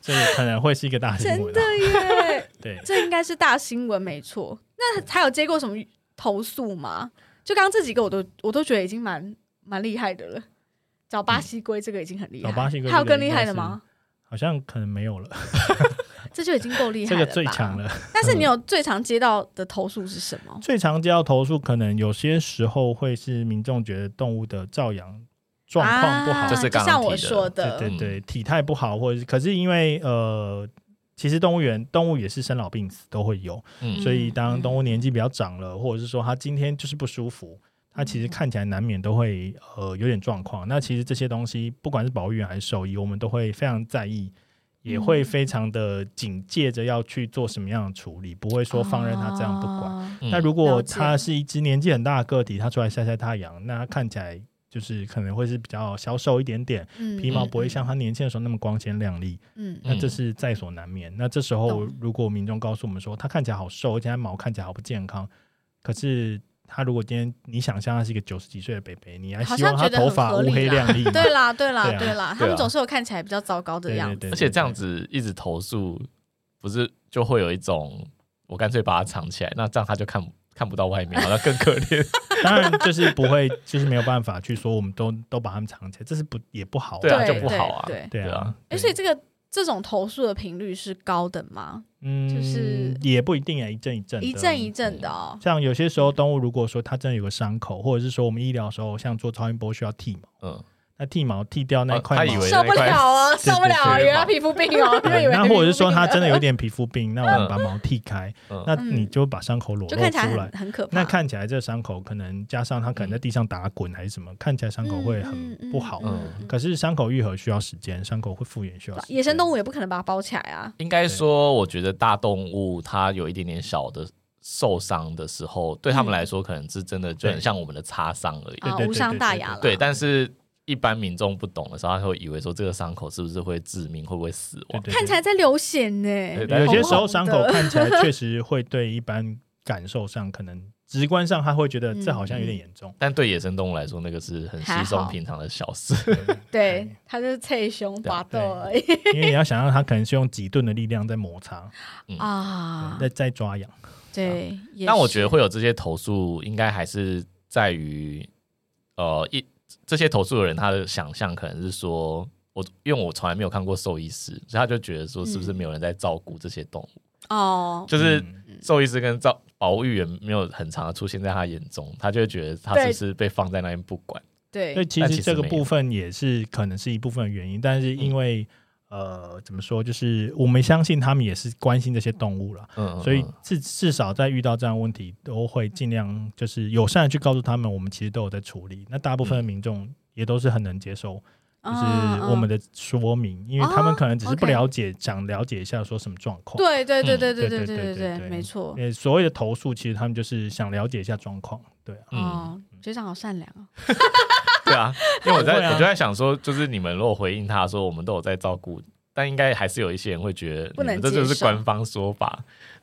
这个可能会是一个大新真闻、的啊。耶，对，这应该是大新闻没错。那还有接过什么投诉吗？就刚刚这几个我都我都觉得已经蛮蛮厉害的了。找巴西龟这个已经很厉害，找巴西龟还有这个更厉害的吗？好像可能没有了，这就已经够厉害这了。个最强。了。 但是你有最常接到的投诉是什么？最常接到投诉，可能有些时候会是民众觉得动物的照养状况不好，啊、就是刚刚像我提的说的，对嗯对对，体态不好，或者是可是因为呃，其实动物园动物也是生老病死都会有，嗯所以嗯当动物年纪比较长了，或者是说它今天就是不舒服，它其嗯实看起来难免都会呃有点状况。那其实这些东西，不管是保育员还是兽医，我们都会非常在意。也嗯会非常的警戒着要去做什么样的处理，不会说放任它这样不管。啊嗯那如果了解它是一只年纪很大的个体，它出来晒晒太阳，那它看起来就是可能会是比较消瘦一点点，嗯皮毛不会像它年轻的时候那么光鲜亮丽，嗯那这是在所难免。那这时候懂如果民众告诉我们说，它看起来好瘦，而且它毛看起来好不健康，可是它如果今天你想象它是一个九十几岁的北北，你还希望好像它觉得很头发合理乌啦黑亮 丽吗？对啦，对啦，对啊对啦，他们总是有看起来比较糟糕的对样对子。对，而且这样子一直投诉，不是就会有一种我干脆把它藏起来，那这样他就看看不到外面，好像更可 怜。对当然就是不会，就是没有办法去说我们都都把它们藏起来，这是不也不好，对啊对就不好啊对，对对啊啊，而且这个这种投诉的频率是高的吗？嗯，就是也不一定啊，一阵一阵的，一阵一阵的哦。像有些时候，动物如果说它真的有个伤口，或者是说我们医疗的时候，像做超音波需要剃毛，嗯，那剃毛剃掉那哦块他毛以，为受不了啊，对对对受不了啊！对原来皮肤病 哦，就以为那皮肤或者是说病它了真 的有点皮肤病，那我们把毛剃开，嗯那你就把伤口裸就露看起来出很来。很可怕。那看起来这伤口可能加上它可能在地上打滚还是什么，看起来伤口会嗯很嗯不好。嗯嗯可是伤口愈合需要时间，伤口会复原需要时间。野生动物物也不可能把它包起来啊。应该说，我觉得大动物它有一点点小的受伤的时候，对他们来说可能是真的就很像我们的擦伤而已。嗯对啊，对无对伤对大对雅了。对，但是一般民众不懂的时候，他会以为说这个伤口是不是会致命，会不会死对亡？对看起来在流血呢对，对有些时红候红伤的口看起来确实会对一般感受上可能直观上他会觉得这好像有嗯点严重。但对野生动物来说，那个是很稀还 松好平常的小事。对 对，它就是脆胸哎对拔啊豆对而已因为你要想让它可能是用几吨的力量在摩擦，嗯 啊在。在抓痒。对，也但我是觉得会有这些投诉，应该还是在于，呃，一这些投诉的人他的想象可能是说，我因为我从来没有看过兽医师，所以他就觉得说，是不是没有人在照顾这些动物？哦，就是嗯兽医师跟照保育员没有很常的出现在他眼中，他就会觉得他是不是被放在那边不管？对所以，其但实其这实个没部有分也是可能是一部分原因，但是因为、呃怎么说，就是我们相信他们也是关心这些动物了，嗯，嗯所以嗯至至少在遇到这样的问题，都会尽量就是友善的去告诉他们，我们其实都有在处理。那大部分的民众也都是很能接受就是嗯我们的说明，因为他们可能只是哦不，OK 了解，想了解一下说什么状况。对对对对嗯对对对对对对对对对，对没错。呃，所谓的投诉，其实他们就是想了解一下状况，对啊，嗯哦，学长好善良哦。对啊，因 为我在、不会啊我就在想说，就是你们如果回应他说我们都有在照顾，但应该还是有一些人会觉得不能你们这就接是受官方说法，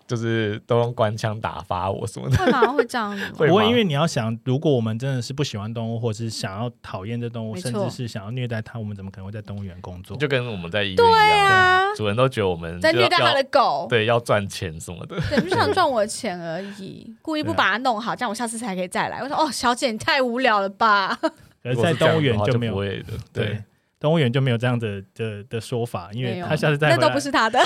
就是都用官腔打发我什么的。会吗？会这样子吗？会不吗过因为你要想，如果我们真的是不喜欢动物，或是想要讨厌这动物，没甚错至是想要虐待它，我们怎么可能会在动物园工作？就跟我们在医院一对样，啊，主人都觉得我们在就虐待要他的狗。对要赚钱什么的。对，就想赚我的钱而 已，故意啊不把它弄好，这样我下次才可以再来。我说哦，小姐你太无聊了吧？而如果在是这样动物园的话就没不有，会的，对对，，动物园就没有这样的的的说法，因没为有他下次再那回都来不，是他的。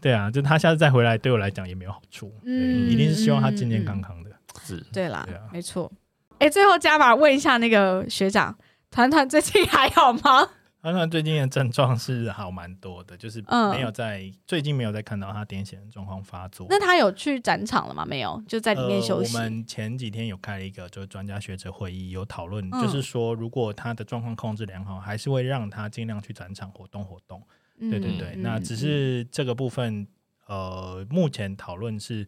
对啊，就他下次再回来，对我来讲也没有好处，嗯嗯，一定是希望他健健康康的。是对啦对啊，没错。哎，最后加码问一下那个学长，团团最近还好 吗？他团最近的症状是好蛮多的，就是嗯没有在、最近没有再看到他癫痫的状况发作。那他有去展场了吗？没有，就在里面休息呃。我。们前几天有开了一个就是专家学者会议，有讨论，嗯就是说如果他的状况控制良好，还是会让他尽量去展场活动活动。嗯对对对，那只是这个部分，呃，目前讨论是。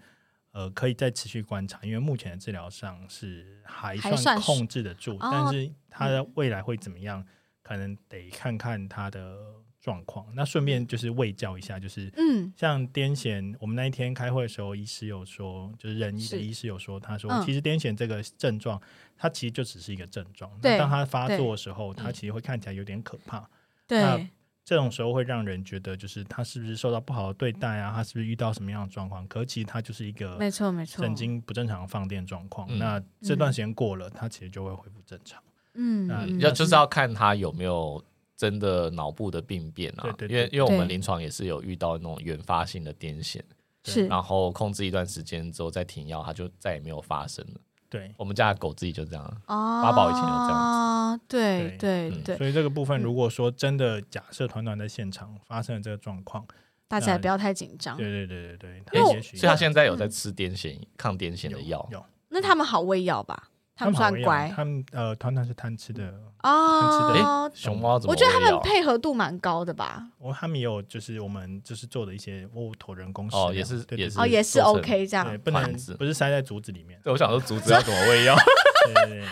呃，可以再持续观察，因为目前的治疗上是还还算算是控制得住，哦但是他的未来会怎么样，可能得看看他的状况。那顺便就是喂教一下，就是嗯像癫痫，我们那一天开会的时候，医师有说，就是仁医的是医师有说，他说、嗯其实癫痫这个症状，它其实就只是一个症状。对那当它发对嗯作的时候，它其实会看起来有点可怕。那对，这种时候会让人觉得，就是他是不是受到不好的对待啊？他是不是遇到什么样的状况？可其实他就是一个呃没错没错。神经不正常的放电状况。嗯那这段时间过了，它其实就会恢复正常。嗯，那嗯要就是要看他有没有真的脑部的病变啊，对对因对为因为我们对临床也是有遇到那种原发性的癫痫，是然后控制一段时间之后再停药，它就再也没有发生了。对，我们家的狗自己就这样，哦，八宝以前有这样子。对对嗯对，所以这个部分，嗯如果说真的假设团团在现场发生了这个状况，大家也不要太紧张。对对对对对，因为他我也许所以它现在有在嗯吃癫痫抗癫痫的药有，有那他们好喂药吧？他们们算好一样乖他们呃，团团是贪吃的，哦们吃的哦。熊猫怎么我喂觉药？得他们配合度蛮高的吧？我哦他们也有就是我们就是做的一些沃土人工食哦粮也是对也对是哦，也是做成 OK 这对，样。不团能子不是塞在竹子里面， 对，我想说竹子要怎么喂 药？对对对，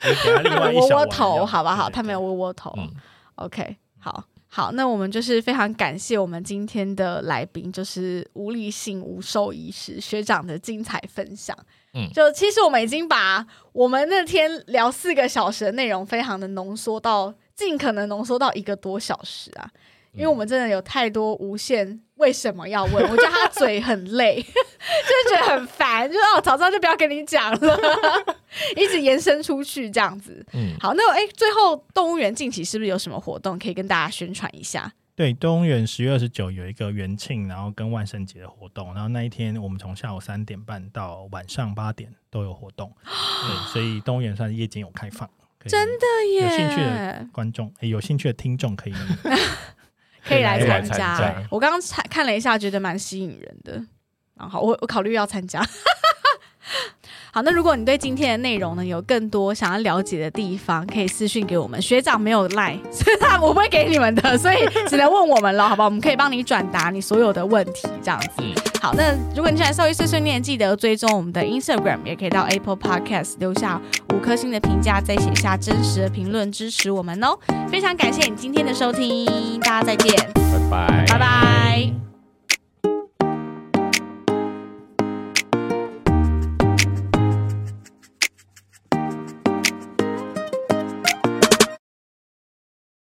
对就是给他另他外们一窝小窝碗头，药好不好？对对他们有窝窝头。嗯， OK，好好，那我们就是非常感谢我们今天的来宾，就是吴立信吴兽医师学长的精彩分享。嗯就其实我们已经把我们那天聊四个小时的内容，非常的浓缩到尽可能浓缩到一个多小时啊，因为我们真的有太多无限为什么要问，我觉得他嘴很累， 就是觉得很烦，就是哦，早知道就不要跟你讲了， 一直延伸出去这样子。嗯，好，那哎、诶最后动物园近期是不是有什么活动可以跟大家宣传一下？对，东园十月二十九有一个元庆，然后跟万圣节的活动，然后那一天我们从下午三点半到晚上八点都有活 动，对，所以动物园算是夜间有开放，真的有兴趣的观众，诶有兴趣的听众可以可以来可以来参参加。加我刚刚看看了一下，觉得蛮吸引人的。然后我我考虑要参加。 好，那如果你对今天的内容呢有更多想要了解的地方，可以私讯给我们。学长没有赖， 所以他我不会给你们的，所以只能问我们了，好不好？我们可以帮你转达你所有的问题，这样子。嗯好，那如果你喜欢兽医碎碎念，记得追踪我们的 Instagram，也可以到 Apple Podcast 留下五颗星的评价，再写下真实的评论支持我们哦。非常感谢你今天的收听，大家再见。拜拜，拜拜。